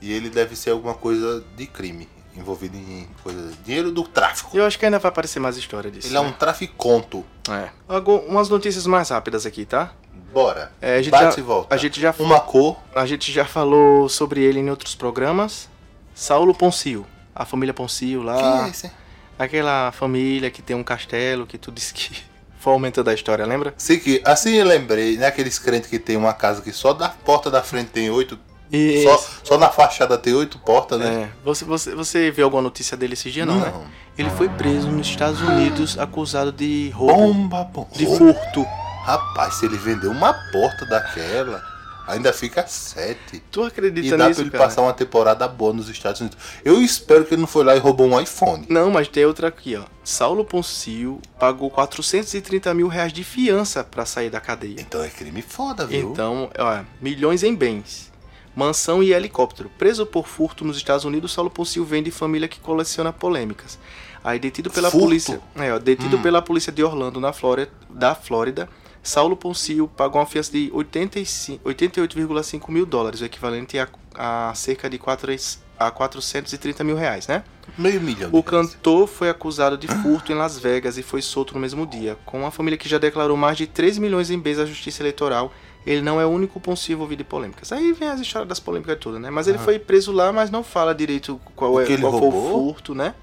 S2: e ele deve ser alguma coisa de crime. Envolvido em coisa. Dinheiro do tráfico.
S3: Eu acho que ainda vai aparecer mais história disso.
S2: Ele é um
S3: né?
S2: traficonto.
S3: É. Algu- umas notícias mais rápidas aqui, tá?
S2: Bora.
S3: É, a gente
S2: Bate
S3: já,
S2: e volta.
S3: a gente já
S2: Uma cor.
S3: A gente já falou sobre ele em outros programas. Saulo Poncio. A família Poncio
S2: Quem
S3: lá.
S2: é esse?
S3: Aquela família que tem um castelo que tu disse que foi aumentando a história, lembra?
S2: Sei que, assim eu lembrei, né? Aqueles crentes que tem uma casa que só da porta da frente tem oito.
S3: E
S2: Só, só na fachada tem oito portas, né?
S3: É, você, você, você viu alguma notícia dele esse dia, não, né? Ele foi preso nos Estados Unidos acusado de roubo,
S2: Bomba, bomba.
S3: de furto.
S2: Rapaz, se ele vender uma porta daquela, ainda fica sete.
S3: Tu
S2: E
S3: acredita
S2: dá pra
S3: nisso,
S2: ele
S3: cara?
S2: passar uma temporada boa nos Estados Unidos. Eu espero que ele não foi lá e roubou um iPhone.
S3: Não, mas tem outra aqui, ó. Saulo Poncio pagou 430 mil reais de fiança pra sair da cadeia.
S2: Então é crime foda, viu?
S3: Então, ó, milhões em bens. Mansão e helicóptero. Preso por furto nos Estados Unidos, Saulo Poncio vem de família que coleciona polêmicas. Aí detido pela
S2: Furto?
S3: polícia. É, ó, detido
S2: Hum.
S3: pela polícia de Orlando, na Flórida, da Flórida. Saulo Poncio pagou uma fiança de 85 88,5 mil dólares, o equivalente a, a cerca de 4, a 430 mil reais, né?
S2: Meio milhão de
S3: O
S2: reais.
S3: cantor foi acusado de furto em Las Vegas e foi solto no mesmo dia. Com uma família que já declarou mais de 3 milhões em bens à justiça eleitoral, ele não é o único possível envolvido em polêmicas. Aí vem as histórias das polêmicas todas, né? Mas ele foi preso lá, mas não fala direito qual,
S2: Ah. O
S3: é,
S2: que ele
S3: qual foi o
S2: roubou?
S3: furto, né?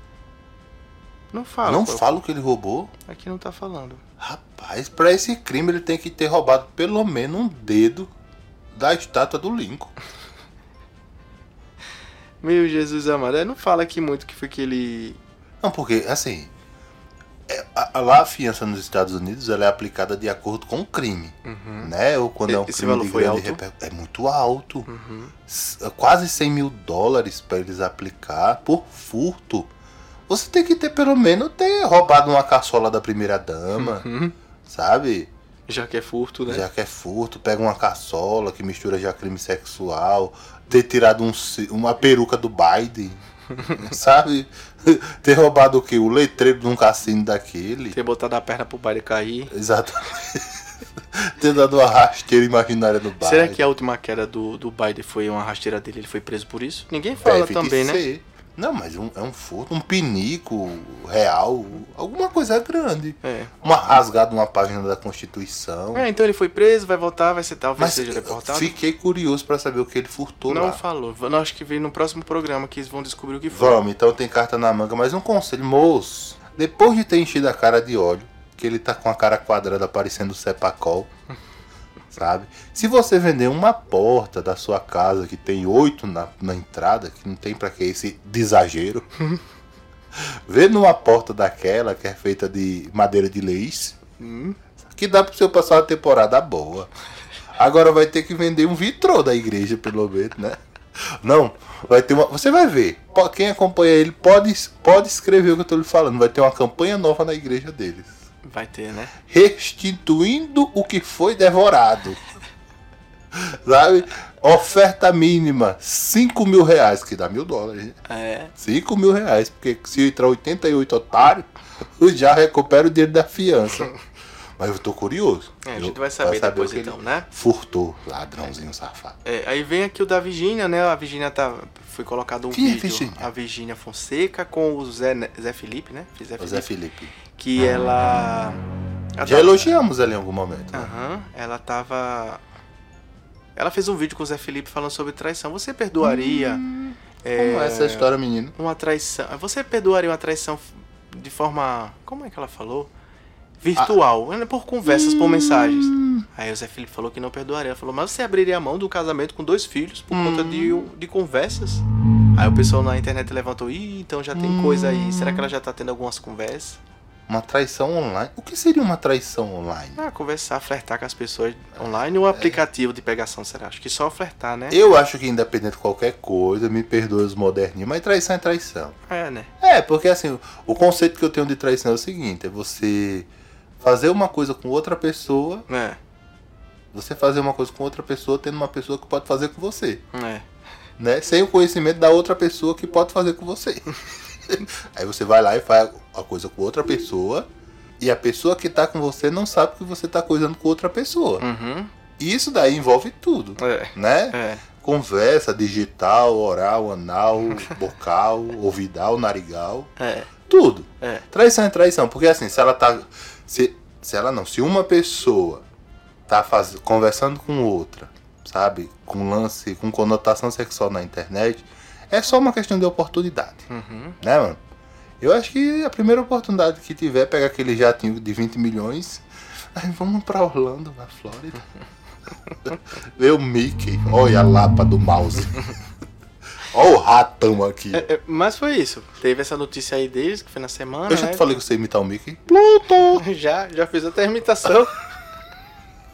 S3: Não fala.
S2: Não
S3: qual-
S2: fala o que ele roubou.
S3: Aqui não tá falando.
S2: Rapaz, pra esse crime ele tem que ter roubado pelo menos um dedo da estátua do Lincoln.
S3: Meu Jesus amado, é, não fala aqui muito que foi que ele...
S2: Não, porque, assim. é, a- a- lá a fiança nos Estados Unidos ela é aplicada de acordo com o crime. Né? Ou quando é um
S3: Esse
S2: crime
S3: valor
S2: de
S3: foi
S2: grande
S3: alto?
S2: reper- É muito alto.
S3: Uhum.
S2: S- Quase 100 mil dólares para eles aplicar por furto. Você tem que ter pelo menos ter roubado uma caçola da primeira dama,
S3: Uhum.
S2: sabe?
S3: Já que é furto, né?
S2: Já que é furto, pega uma caçola que mistura já crime sexual, ter tirado um ci- uma peruca do Biden, sabe? Ter roubado o que? O letreiro de um cassino daquele.
S3: Ter botado a perna pro baile cair.
S2: Exatamente. ter dado uma rasteira imaginária no Biden.
S3: Será que a última queda do, do Biden foi uma rasteira dele? Ele foi preso por isso?
S2: É,
S3: Ninguém fala também, né?
S2: Não, mas um- é um furto, um pinico real, alguma coisa grande.
S3: É.
S2: Uma rasgada, uma página da Constituição.
S3: É, então ele foi preso, vai voltar, vai ser talvez
S2: mas
S3: seja deportado.
S2: fiquei curioso pra saber o que ele furtou
S3: Não
S2: lá.
S3: falou. Eu acho que vem no próximo programa que eles vão descobrir o que foi.
S2: Vamos, então tem carta na manga, mas um conselho, moço. Depois de ter enchido a cara de óleo, que ele tá com a cara quadrada parecendo o Sepacol, sabe? Se você vender uma porta da sua casa que tem oito na, na entrada, que não tem pra que esse exagero, vendo uma porta daquela que é feita de madeira de leis,
S3: Hum,
S2: que dá pro seu passar uma temporada boa. Agora vai ter que vender um vitrô da igreja, pelo menos, né? Não, vai ter uma. Você vai ver. Po- Quem acompanha ele pode, pode escrever o que eu tô lhe falando. Vai ter uma campanha nova na igreja deles.
S3: vai ter, né?
S2: Restituindo o que foi devorado. Sabe? Oferta mínima, 5 mil reais, que dá mil dólares, né?
S3: É.
S2: 5 mil reais, porque se entrar 88 otário, eu já recupero o dinheiro da fiança. Mas eu tô curioso.
S3: É, a
S2: Eu-
S3: gente vai saber depois
S2: o que ele
S3: então, né?
S2: Furtou, ladrãozinho safado.
S3: É, aí vem aqui o da Virgínia, né? A Virgínia tá. Foi colocado um
S2: Quem é
S3: vídeo.
S2: Virgínia?
S3: A Virgínia Fonseca com o Zé, Ne- Zé Felipe, né? Zé Felipe,
S2: José Felipe. Ah.
S3: Que ela. ela
S2: Já
S3: tá-
S2: elogiamos ela em algum momento. né?
S3: Aham, ela tava. Ela fez um vídeo com o Zé Felipe falando sobre traição. Você perdoaria
S2: Como é essa história, menino?
S3: uma traição. Você perdoaria uma traição de forma. Como é que ela falou? Virtual. né? Por conversas, por mensagens. Aí o Zé Felipe falou que não perdoaria. Ela falou, mas você abriria a mão do casamento com dois filhos por conta de, de conversas? Aí o pessoal na internet levantou, ih, então já tem coisa aí. Será que ela já tá tendo algumas conversas?
S2: Uma traição online. O que seria uma traição online?
S3: Ah, conversar, flertar com as pessoas online ou aplicativo de pegação, será? Acho que só flertar, né?
S2: Eu acho que independente de qualquer coisa, me perdoe os moderninhos, mas traição é traição.
S3: É, né?
S2: É, porque assim, o conceito que eu tenho de traição é o seguinte, é você fazer uma coisa com outra pessoa,
S3: É,
S2: você fazer uma coisa com outra pessoa tendo uma pessoa que pode fazer com você,
S3: é.
S2: né? Sem o conhecimento da outra pessoa que pode fazer com você. Aí você vai lá e faz a coisa com outra pessoa, e a pessoa que tá com você não sabe que você tá coisando com outra pessoa.
S3: Uhum.
S2: E isso daí envolve tudo,
S3: É.
S2: né?
S3: É.
S2: Conversa digital, oral, anal, bocal, ouvidal, narigal,
S3: É.
S2: tudo.
S3: É.
S2: Traição é traição, porque assim, se ela tá. Se, se ela não, se uma pessoa tá faz, conversando com outra, sabe? Com lance, com conotação sexual na internet, é só uma questão de oportunidade,
S3: Uhum.
S2: né, mano? Eu acho que a primeira oportunidade que tiver, pega aquele jatinho de 20 milhões, aí vamos pra Orlando, na Flórida. Vê o Mickey, olha a lapa do mouse. olha o ratão aqui.
S3: É, é, Mas foi isso. Teve essa notícia aí deles, que foi na semana.
S2: Eu já
S3: né?
S2: te falei que eu sei imitar o Mickey.
S3: Já, já fiz até a imitação.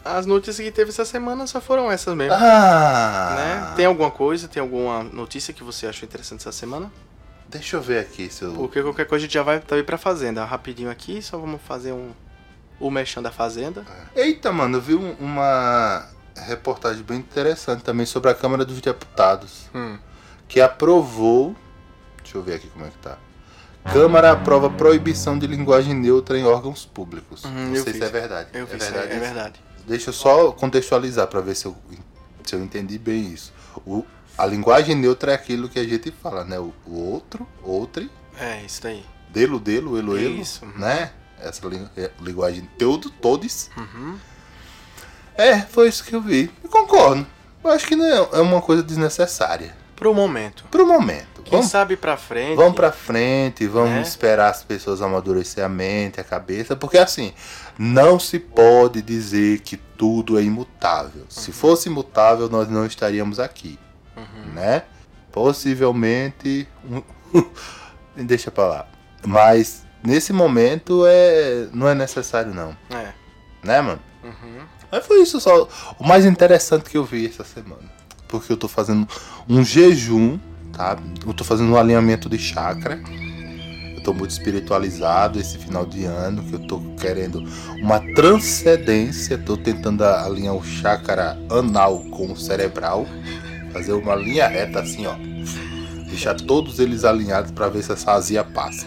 S3: As notícias que teve essa semana só foram essas mesmo.
S2: Ah!
S3: Né? Tem alguma coisa, tem alguma notícia que você achou interessante essa semana? um
S2: Deixa eu ver aqui se eu.
S3: Porque qualquer coisa a gente já vai também pra Fazenda. Rapidinho aqui, só vamos fazer um. O mexão da Fazenda.
S2: Eita, mano, eu vi um- uma reportagem bem interessante também sobre a Câmara dos Deputados,
S3: Hum.
S2: que aprovou. Deixa eu ver aqui como é que tá. Câmara aprova proibição de linguagem neutra em órgãos públicos.
S3: Hum,
S2: Não
S3: eu
S2: sei
S3: vi.
S2: se é verdade.
S3: Eu vi
S2: é
S3: isso aí,
S2: verdade.
S3: é
S2: isso?
S3: verdade.
S2: Deixa eu só contextualizar para ver se eu, se eu entendi bem isso. O- a linguagem neutra é aquilo que a gente fala, né? O, o outro, outre,
S3: É, isso daí.
S2: delo, delo, elo, elo.
S3: Isso.
S2: Né? Essa lin- é, linguagem todo, todos.
S3: Uhum.
S2: É, foi isso que eu vi. Eu concordo. Eu acho que não é é uma coisa desnecessária.
S3: Pro momento.
S2: Pro momento.
S3: Quem
S2: Vamos,
S3: sabe pra frente.
S2: vamos pra frente, vamos
S3: Né?
S2: esperar as pessoas amadurecer a mente, a cabeça. Porque assim, não se pode dizer que tudo é imutável. Se fosse imutável, nós não estaríamos aqui.
S3: Uhum.
S2: Né? Possivelmente. um- Deixa pra lá. Mas nesse momento é. não é necessário, não.
S3: É.
S2: Né, mano?
S3: Uhum.
S2: Mas foi isso só. O mais interessante que eu vi essa semana. Porque eu tô fazendo um jejum, tá? Eu tô fazendo um alinhamento de chakra. Eu tô muito espiritualizado esse final de ano, que eu tô querendo uma transcendência. Tô tentando alinhar o chakra anal com o cerebral. Fazer uma linha reta assim, ó. Deixar todos eles alinhados pra ver se essa azia passa.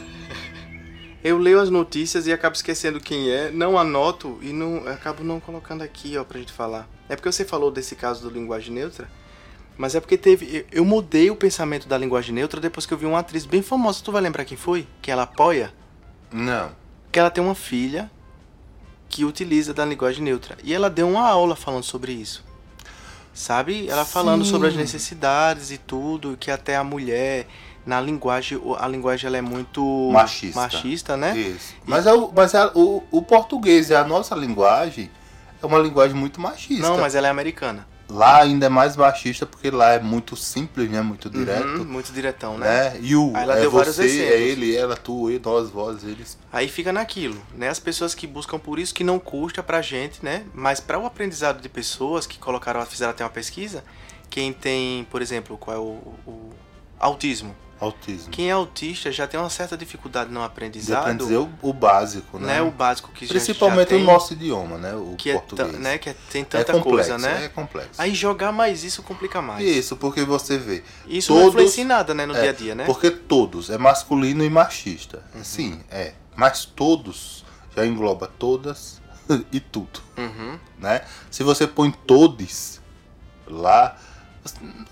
S3: Eu leio as notícias e acabo esquecendo quem é, não anoto e não acabo não colocando aqui, ó, pra gente falar. É porque você falou desse caso do linguagem neutra, mas é porque teve. eu- Eu mudei o pensamento da linguagem neutra depois que eu vi uma atriz bem famosa, tu vai lembrar quem foi? Que ela apoia?
S2: Não.
S3: Que ela tem uma filha que utiliza da linguagem neutra. E ela deu uma aula falando sobre isso. Sabe? Ela falando
S2: Sim.
S3: sobre as necessidades e tudo, que até a mulher, na linguagem, a linguagem ela é muito
S2: Machista.
S3: machista né?
S2: Isso. Mas, é o, mas é o, o português é a nossa linguagem. É uma linguagem muito machista.
S3: Não, mas ela é americana.
S2: Lá ainda é mais machista porque lá é muito simples, né? Muito direto.
S3: Uhum, muito diretão, né?
S2: Né? E o
S3: Aí ela
S2: é
S3: deu vários
S2: você, é
S3: exemplos.
S2: ele, ela, tu, ele, nós, vós, eles.
S3: Aí fica naquilo, né? As pessoas que buscam por isso que não custa pra gente, né? Mas pra o aprendizado de pessoas que colocaram, fizeram até uma pesquisa, quem tem, por exemplo, qual é o, o- autismo.
S2: Autismo.
S3: Quem é autista já tem uma certa dificuldade no
S2: Depende
S3: aprendizado,
S2: dizer o, o básico, né?
S3: né? O básico que já-
S2: Principalmente
S3: já tem,
S2: o nosso idioma, né? O
S3: que é ta-
S2: português.
S3: né, que é- tem
S2: É
S3: tanta
S2: complexo,
S3: coisa, né?
S2: É complexo.
S3: Aí jogar mais isso complica mais.
S2: Isso, porque você vê.
S3: Isso não
S2: todos-
S3: influencia em nada, né, no
S2: É,
S3: dia a dia, né?
S2: Porque todos é masculino e machista. Sim, é. Mas todos já engloba todas e tudo,
S3: Uhum.
S2: né? Se você põe todes lá,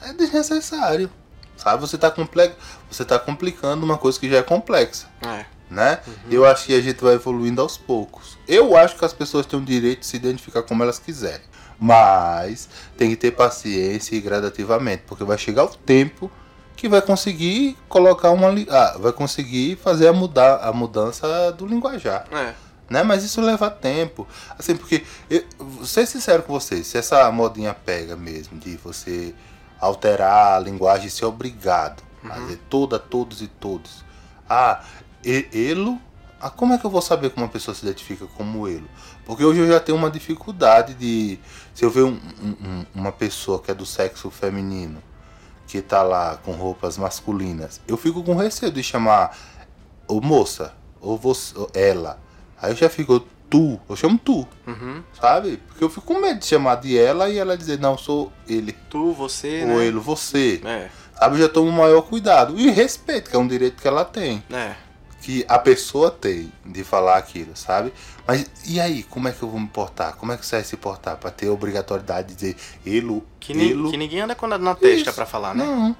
S2: é desnecessário. Sabe? Você tá, comple... você tá complicando uma coisa que já é complexa,
S3: É.
S2: né? Eu acho que a gente vai evoluindo aos poucos. Eu acho que as pessoas têm o direito de se identificar como elas quiserem. Mas tem que ter paciência e gradativamente, porque vai chegar o tempo que vai conseguir colocar uma li- ah, vai conseguir fazer a mudar a mudança do linguajar,
S3: É.
S2: né? Mas isso leva tempo. Assim, porque eu, vou ser sincero com vocês, se essa modinha pega mesmo de você alterar a linguagem e ser obrigado a dizer toda, todos e todos. Ah, e- elo? Ah, como é que eu vou saber como uma pessoa se identifica como elo? Porque hoje eu já tenho uma dificuldade de. Se eu ver um- um- um- uma pessoa que é do sexo feminino, que tá lá com roupas masculinas, eu fico com receio de chamar ou moça, ou você, ou ela. Aí eu já fico tu, eu chamo tu,
S3: Uhum.
S2: sabe? Porque eu fico com medo de chamar de ela e ela dizer, não, sou ele.
S3: Tu, você,
S2: Ou
S3: né?
S2: ele, você.
S3: É.
S2: Sabe, eu já tomo maior cuidado. E respeito, que é um direito que ela tem.
S3: É.
S2: Que a pessoa tem de falar aquilo, sabe? Mas e aí, como é que eu vou me portar? Como é que você vai se portar? Pra ter a obrigatoriedade de dizer ele,
S3: Que, ni-
S2: ele.
S3: que ninguém anda com nada na testa
S2: Isso.
S3: pra falar, né?
S2: Não.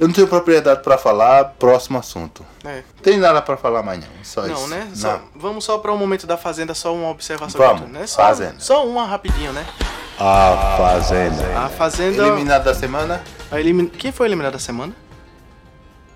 S2: Eu não tenho propriedade pra falar, próximo assunto.
S3: É.
S2: Tem nada pra falar mais não, só isso.
S3: Não, né? Só- vamos só para o momento da fazenda, só uma observação.
S2: Vamos,
S3: que eu tô- né? Só,
S2: Fazenda. É,
S3: só uma rapidinho, né?
S2: A Fazenda.
S3: A fazenda.
S2: Ah, Eliminado da semana?
S3: a elimin- Quem foi eliminada da semana?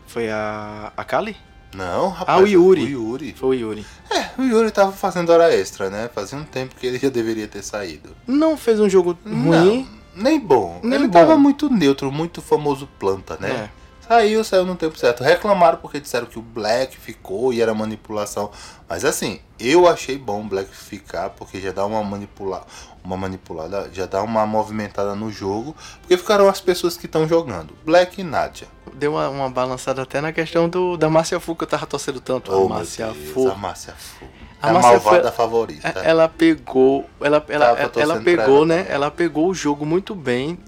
S3: Foi a. A Kali?
S2: Não, rapaz.
S3: Ah, o Yuri.
S2: O Yuri.
S3: Foi o Yuri.
S2: É, o Yuri tava fazendo hora extra, né? Fazia um tempo que ele já deveria ter saído.
S3: Não fez um jogo ruim.
S2: Não, nem bom.
S3: Nem
S2: ele
S3: bom. É.
S2: tava muito neutro, muito famoso planta, né? Saiu, saiu no tempo certo. Reclamaram porque disseram que o Black ficou e era manipulação. Mas assim, eu achei bom o Black ficar, porque já dá uma manipula... uma manipulada, já dá uma movimentada no jogo. Porque ficaram as pessoas que estão jogando. Black e Nadia.
S3: Deu uma, uma balançada até na questão do, da Márcia Fu, que eu tava torcendo tanto.
S2: Oh,
S3: a Márcia
S2: meu Deus,
S3: Fu.
S2: A Márcia Fu. É
S6: A
S2: A,
S6: Márcia
S2: malvada
S6: Fu-
S2: favorita.
S3: É, Ela pegou, ela, ela,
S2: Tava
S3: ela,
S2: torcendo pra
S3: pegou,
S2: ela
S3: né?
S2: também.
S3: Ela pegou o jogo muito bem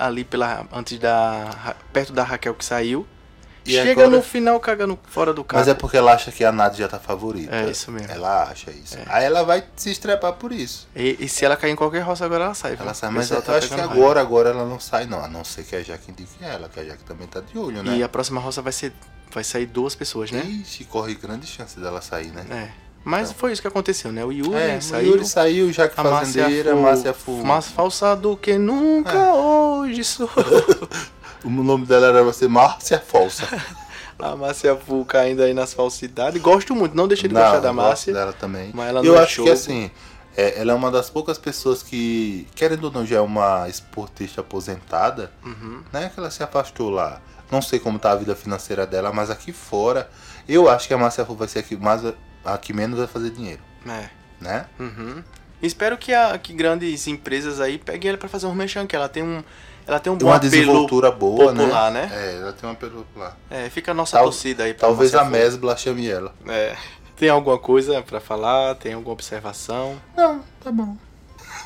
S3: ali pela antes da Ra- perto da Raquel que saiu.
S2: E
S3: Chega
S2: agora-
S3: no final cagando fora do carro.
S2: Mas é porque ela acha que a Nadia já tá favorita.
S3: É, isso mesmo. É.
S2: Ela acha isso. Aí ela vai se estrepar por isso.
S3: e, e se ela cair em qualquer roça agora ela sai. viu?
S2: Ela sai,
S3: O
S2: mas
S3: pessoal
S2: eu
S3: tá
S2: acho que
S3: pegando
S2: agora, agora ela não sai, não. A não ser que a Jaque indique ela, que a Jaque também tá de olho,
S3: raiva.
S2: né?
S3: E a próxima roça vai ser vai sair duas pessoas, né?
S2: Ixi, corre grande chance dela sair, né?
S3: É. Mas foi isso que aconteceu, né? O Yuri
S2: É, o
S3: saiu.
S2: Yuri saiu, Jaque
S3: A Márcia
S2: Fazendeira,
S3: Fu-
S2: Márcia Fu. É.
S3: Mais falsa do que nunca hoje sou.
S2: O nome dela era pra ser Márcia Falsa.
S3: A Márcia Fu caindo aí nas falsidades. Gosto muito, não deixei de
S2: Não,
S3: gostar da
S2: eu gosto
S3: Márcia.
S2: dela também.
S3: mas ela
S2: eu
S3: não é
S2: acho
S3: show.
S2: que assim, é, ela é uma das poucas pessoas que, querendo ou não, já é uma esportista aposentada,
S3: Uhum,
S2: né? Que ela se afastou lá. Não sei como tá a vida financeira dela, mas aqui fora, eu acho que a Márcia Fu vai ser a que, mais, a que menos vai fazer dinheiro,
S3: É.
S2: né?
S3: Uhum. Espero que, a, que grandes empresas aí peguem ela pra fazer um merchan, que ela tem um, ela tem um
S2: Tem
S3: bom
S2: uma
S3: apelo
S2: desenvoltura boa,
S3: popular,
S2: né?
S3: né?
S2: É, ela tem uma apelo popular.
S3: É, fica a nossa
S2: Tal-
S3: torcida aí pra
S2: Talvez a
S3: Então, Márcia Fu.
S2: Mesbla chame ela.
S3: É. Tem alguma coisa pra falar? Tem alguma observação?
S2: Não, tá bom.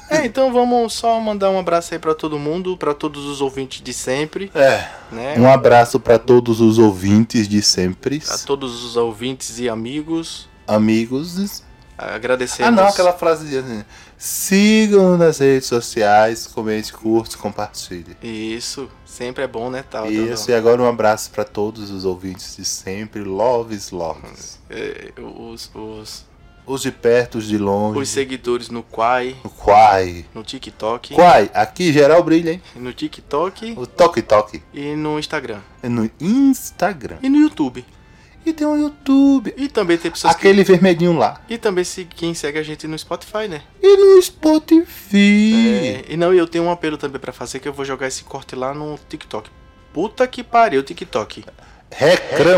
S3: É, então vamos só mandar um abraço aí pra todo mundo, pra todos os ouvintes de sempre,
S2: É,
S3: né?
S2: um abraço pra todos os ouvintes de sempre,
S3: A todos os ouvintes e amigos.
S2: amigos
S3: Agradecemos.
S2: Ah, não, aquela frase de assim, sigam nas redes sociais, comente, curte, compartilhe.
S3: Isso, sempre é bom, né, tal.
S2: Isso, e agora um abraço pra todos os ouvintes de sempre. Loves, loves.
S3: É, Os, os,
S2: Os de perto, os de
S3: os
S2: longe.
S3: seguidores no Quai,
S2: O Quai.
S3: no TikTok.
S2: Quai, aqui geral brilha, hein?
S3: no TikTok
S2: O Toque Toque.
S3: e no Instagram.
S2: É no Instagram.
S3: E no YouTube.
S2: E tem o YouTube.
S3: E também tem pessoas
S2: Aquele vermelhinho lá.
S3: que. E também se, quem segue a gente no Spotify, né?
S2: E no Spotify.
S3: É, e não, e eu tenho um apelo também pra fazer que eu vou jogar esse corte lá no TikTok. Puta que pariu, TikTok.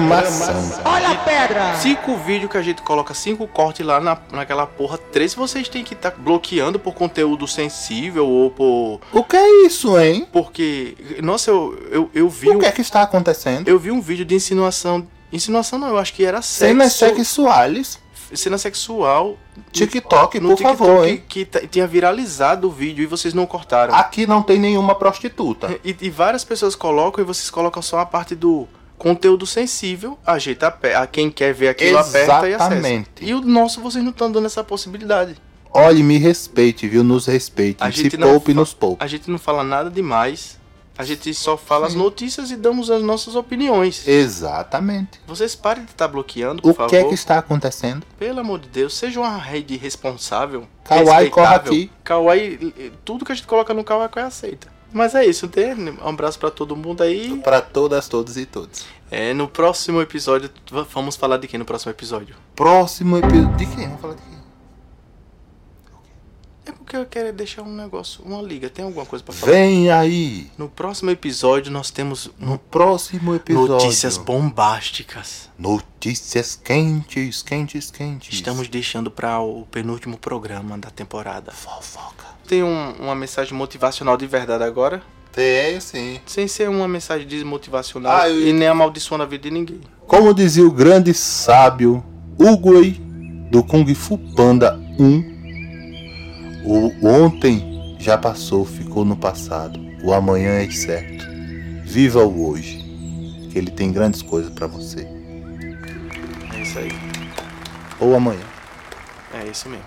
S2: Reclamação.
S7: Olha a pedra!
S3: Cinco vídeos que a gente coloca, cinco cortes lá na, naquela porra. Três vocês têm que estar bloqueando por conteúdo sensível ou por.
S2: O que é isso, hein?
S3: Porque. Nossa, eu, eu, eu vi
S2: O
S3: um,
S2: que é que está acontecendo?
S3: eu vi um vídeo de insinuação. Insinuação não, eu acho que era sexo.
S2: Cenas sexuais.
S3: Cena sexual.
S2: TikTok,
S3: no
S2: por
S3: TikTok
S2: favor, hein? Ah.
S3: Que, que t- tinha viralizado o vídeo e vocês não cortaram.
S2: Aqui não tem nenhuma prostituta.
S3: E, e várias pessoas colocam e vocês colocam só a parte do conteúdo sensível, ajeita a, pé, a quem quer ver aquilo aperta e acessa.
S2: Exatamente.
S3: E o nosso vocês não estão dando essa possibilidade.
S2: Olhe, me respeite, viu? Nos respeite.
S3: A
S2: Se
S3: gente não
S2: poupe,
S3: fa-
S2: nos poupe.
S3: A gente não fala nada demais. A gente só fala as notícias e damos as nossas opiniões.
S2: Exatamente.
S3: Vocês parem de estar bloqueando, por
S2: O
S3: favor.
S2: que é que está acontecendo?
S3: Pelo amor de Deus, seja uma rede responsável.
S2: Kawaii, corre
S3: respeitável.
S2: aqui.
S3: Kawaii, eh, tudo que a gente coloca no Kawaii, Kawaii aceita. Mas é isso, tem um abraço pra todo mundo aí.
S2: Para todas, todos e todos.
S3: É, no próximo episódio, v- vamos falar de quem no próximo episódio?
S2: Próximo episódio. De quem? Vamos falar de quem?
S3: É porque eu quero deixar um negócio, uma liga. Tem alguma coisa pra falar?
S2: Vem aí.
S3: No próximo episódio, nós temos
S2: No próximo episódio.
S3: notícias bombásticas.
S2: Notícias quentes, quentes, quentes.
S3: Estamos deixando para o penúltimo programa da temporada.
S2: Fofoca.
S3: Tem um- uma mensagem motivacional de verdade agora,
S2: Tem, sim.
S3: sem ser uma mensagem desmotivacional
S2: Ah, eu-
S3: e nem amaldiçoando a vida de ninguém.
S2: Como dizia o grande sábio Uguay do Kung Fu Panda 1, o ontem já passou, ficou no passado. O amanhã é certo. Viva o hoje, que ele tem grandes coisas pra você.
S3: É isso aí.
S2: Ou amanhã.
S3: É isso mesmo.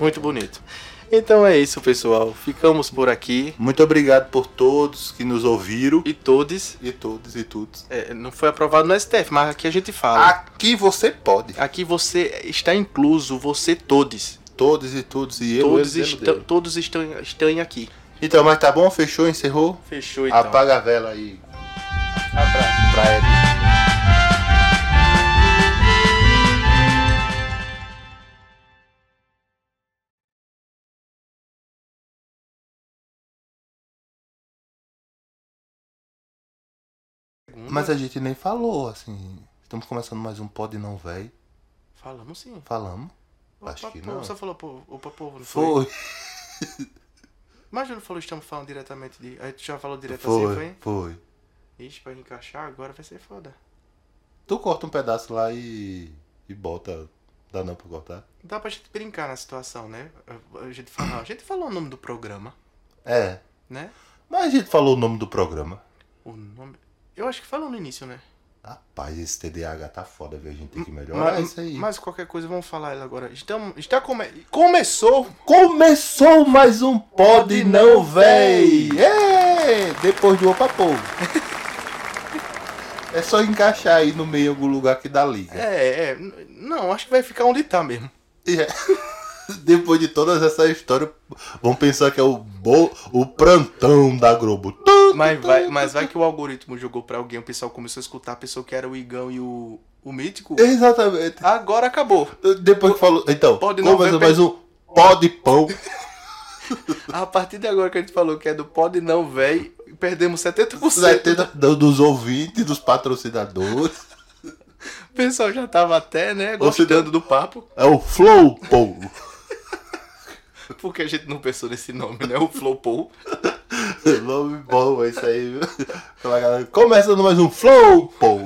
S3: Muito bonito. Então é isso, pessoal. Ficamos por aqui.
S2: Muito obrigado por todos que nos ouviram.
S3: E todos.
S2: E todos e todos.
S3: é, não foi aprovado no STF, mas aqui a gente fala.
S2: Aqui você pode.
S3: Aqui você está incluso, você todos.
S2: Todos e todos e eu.
S3: Todos,
S2: eu, eu,
S3: estão,
S2: eu.
S3: todos estão, estão aqui.
S2: Então, mas tá bom? Fechou? Encerrou?
S3: Fechou então.
S2: Apaga a vela aí.
S3: Abraço.
S2: Pra ele. Mas a gente nem falou, assim. Estamos começando mais um pod não véi.
S3: Falamos sim.
S2: Falamos?
S3: Opa,
S2: Acho que
S3: povo,
S2: não.
S3: Você falou pro, opa, povo, não foi?
S2: Foi.
S3: Mas já não falou, estamos falando diretamente de. Aí tu já falou direto assim,
S2: Foi.
S3: foi?
S2: Foi.
S3: Ixi, pra encaixar agora vai ser foda.
S2: Tu corta um pedaço lá e. e bota. Dá não pra cortar?
S3: Dá pra gente brincar na situação, né? A gente falou, a gente falou o nome do programa,
S2: É.
S3: né?
S2: Mas a gente falou o nome do programa.
S3: O nome. Eu acho que falou no início, né?
S2: Rapaz, esse TDAH tá foda, viu? A gente tem que melhorar isso aí.
S3: mas qualquer coisa, vamos falar ele agora. Estamos, está come... Começou!
S2: Começou mais um Pod Não Véi! É, depois do Opa Povo. É só encaixar aí no meio algum lugar que dá liga.
S3: É, é. n- Não, acho que vai ficar onde tá mesmo.
S2: Depois de todas essas histórias, vão pensar que é o, bo... o prantão da Globo. Tum,
S3: Mas
S2: tum.
S3: vai, mas vai que o algoritmo jogou pra alguém, o pessoal começou a escutar, pensou que era o Igão e o, o Mítico.
S2: Exatamente.
S3: Agora acabou.
S2: Depois que falou. Então,
S3: Pod Não
S2: começa
S3: Véi,
S2: mais um Pod Pão.
S3: A partir de agora que a gente falou que é do pode não, véi, perdemos 70%.
S2: Vai ter do- dos ouvintes, dos patrocinadores.
S3: O pessoal já tava até, né, gostando do papo,
S2: É o Flow Pão.
S3: porque a gente não pensou nesse nome, né, o Flowpool.
S2: Nome bom é isso aí, viu? Fala, galera. Começando mais um Flow, pô!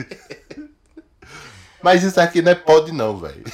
S2: Mas isso aqui não é pod não, velho.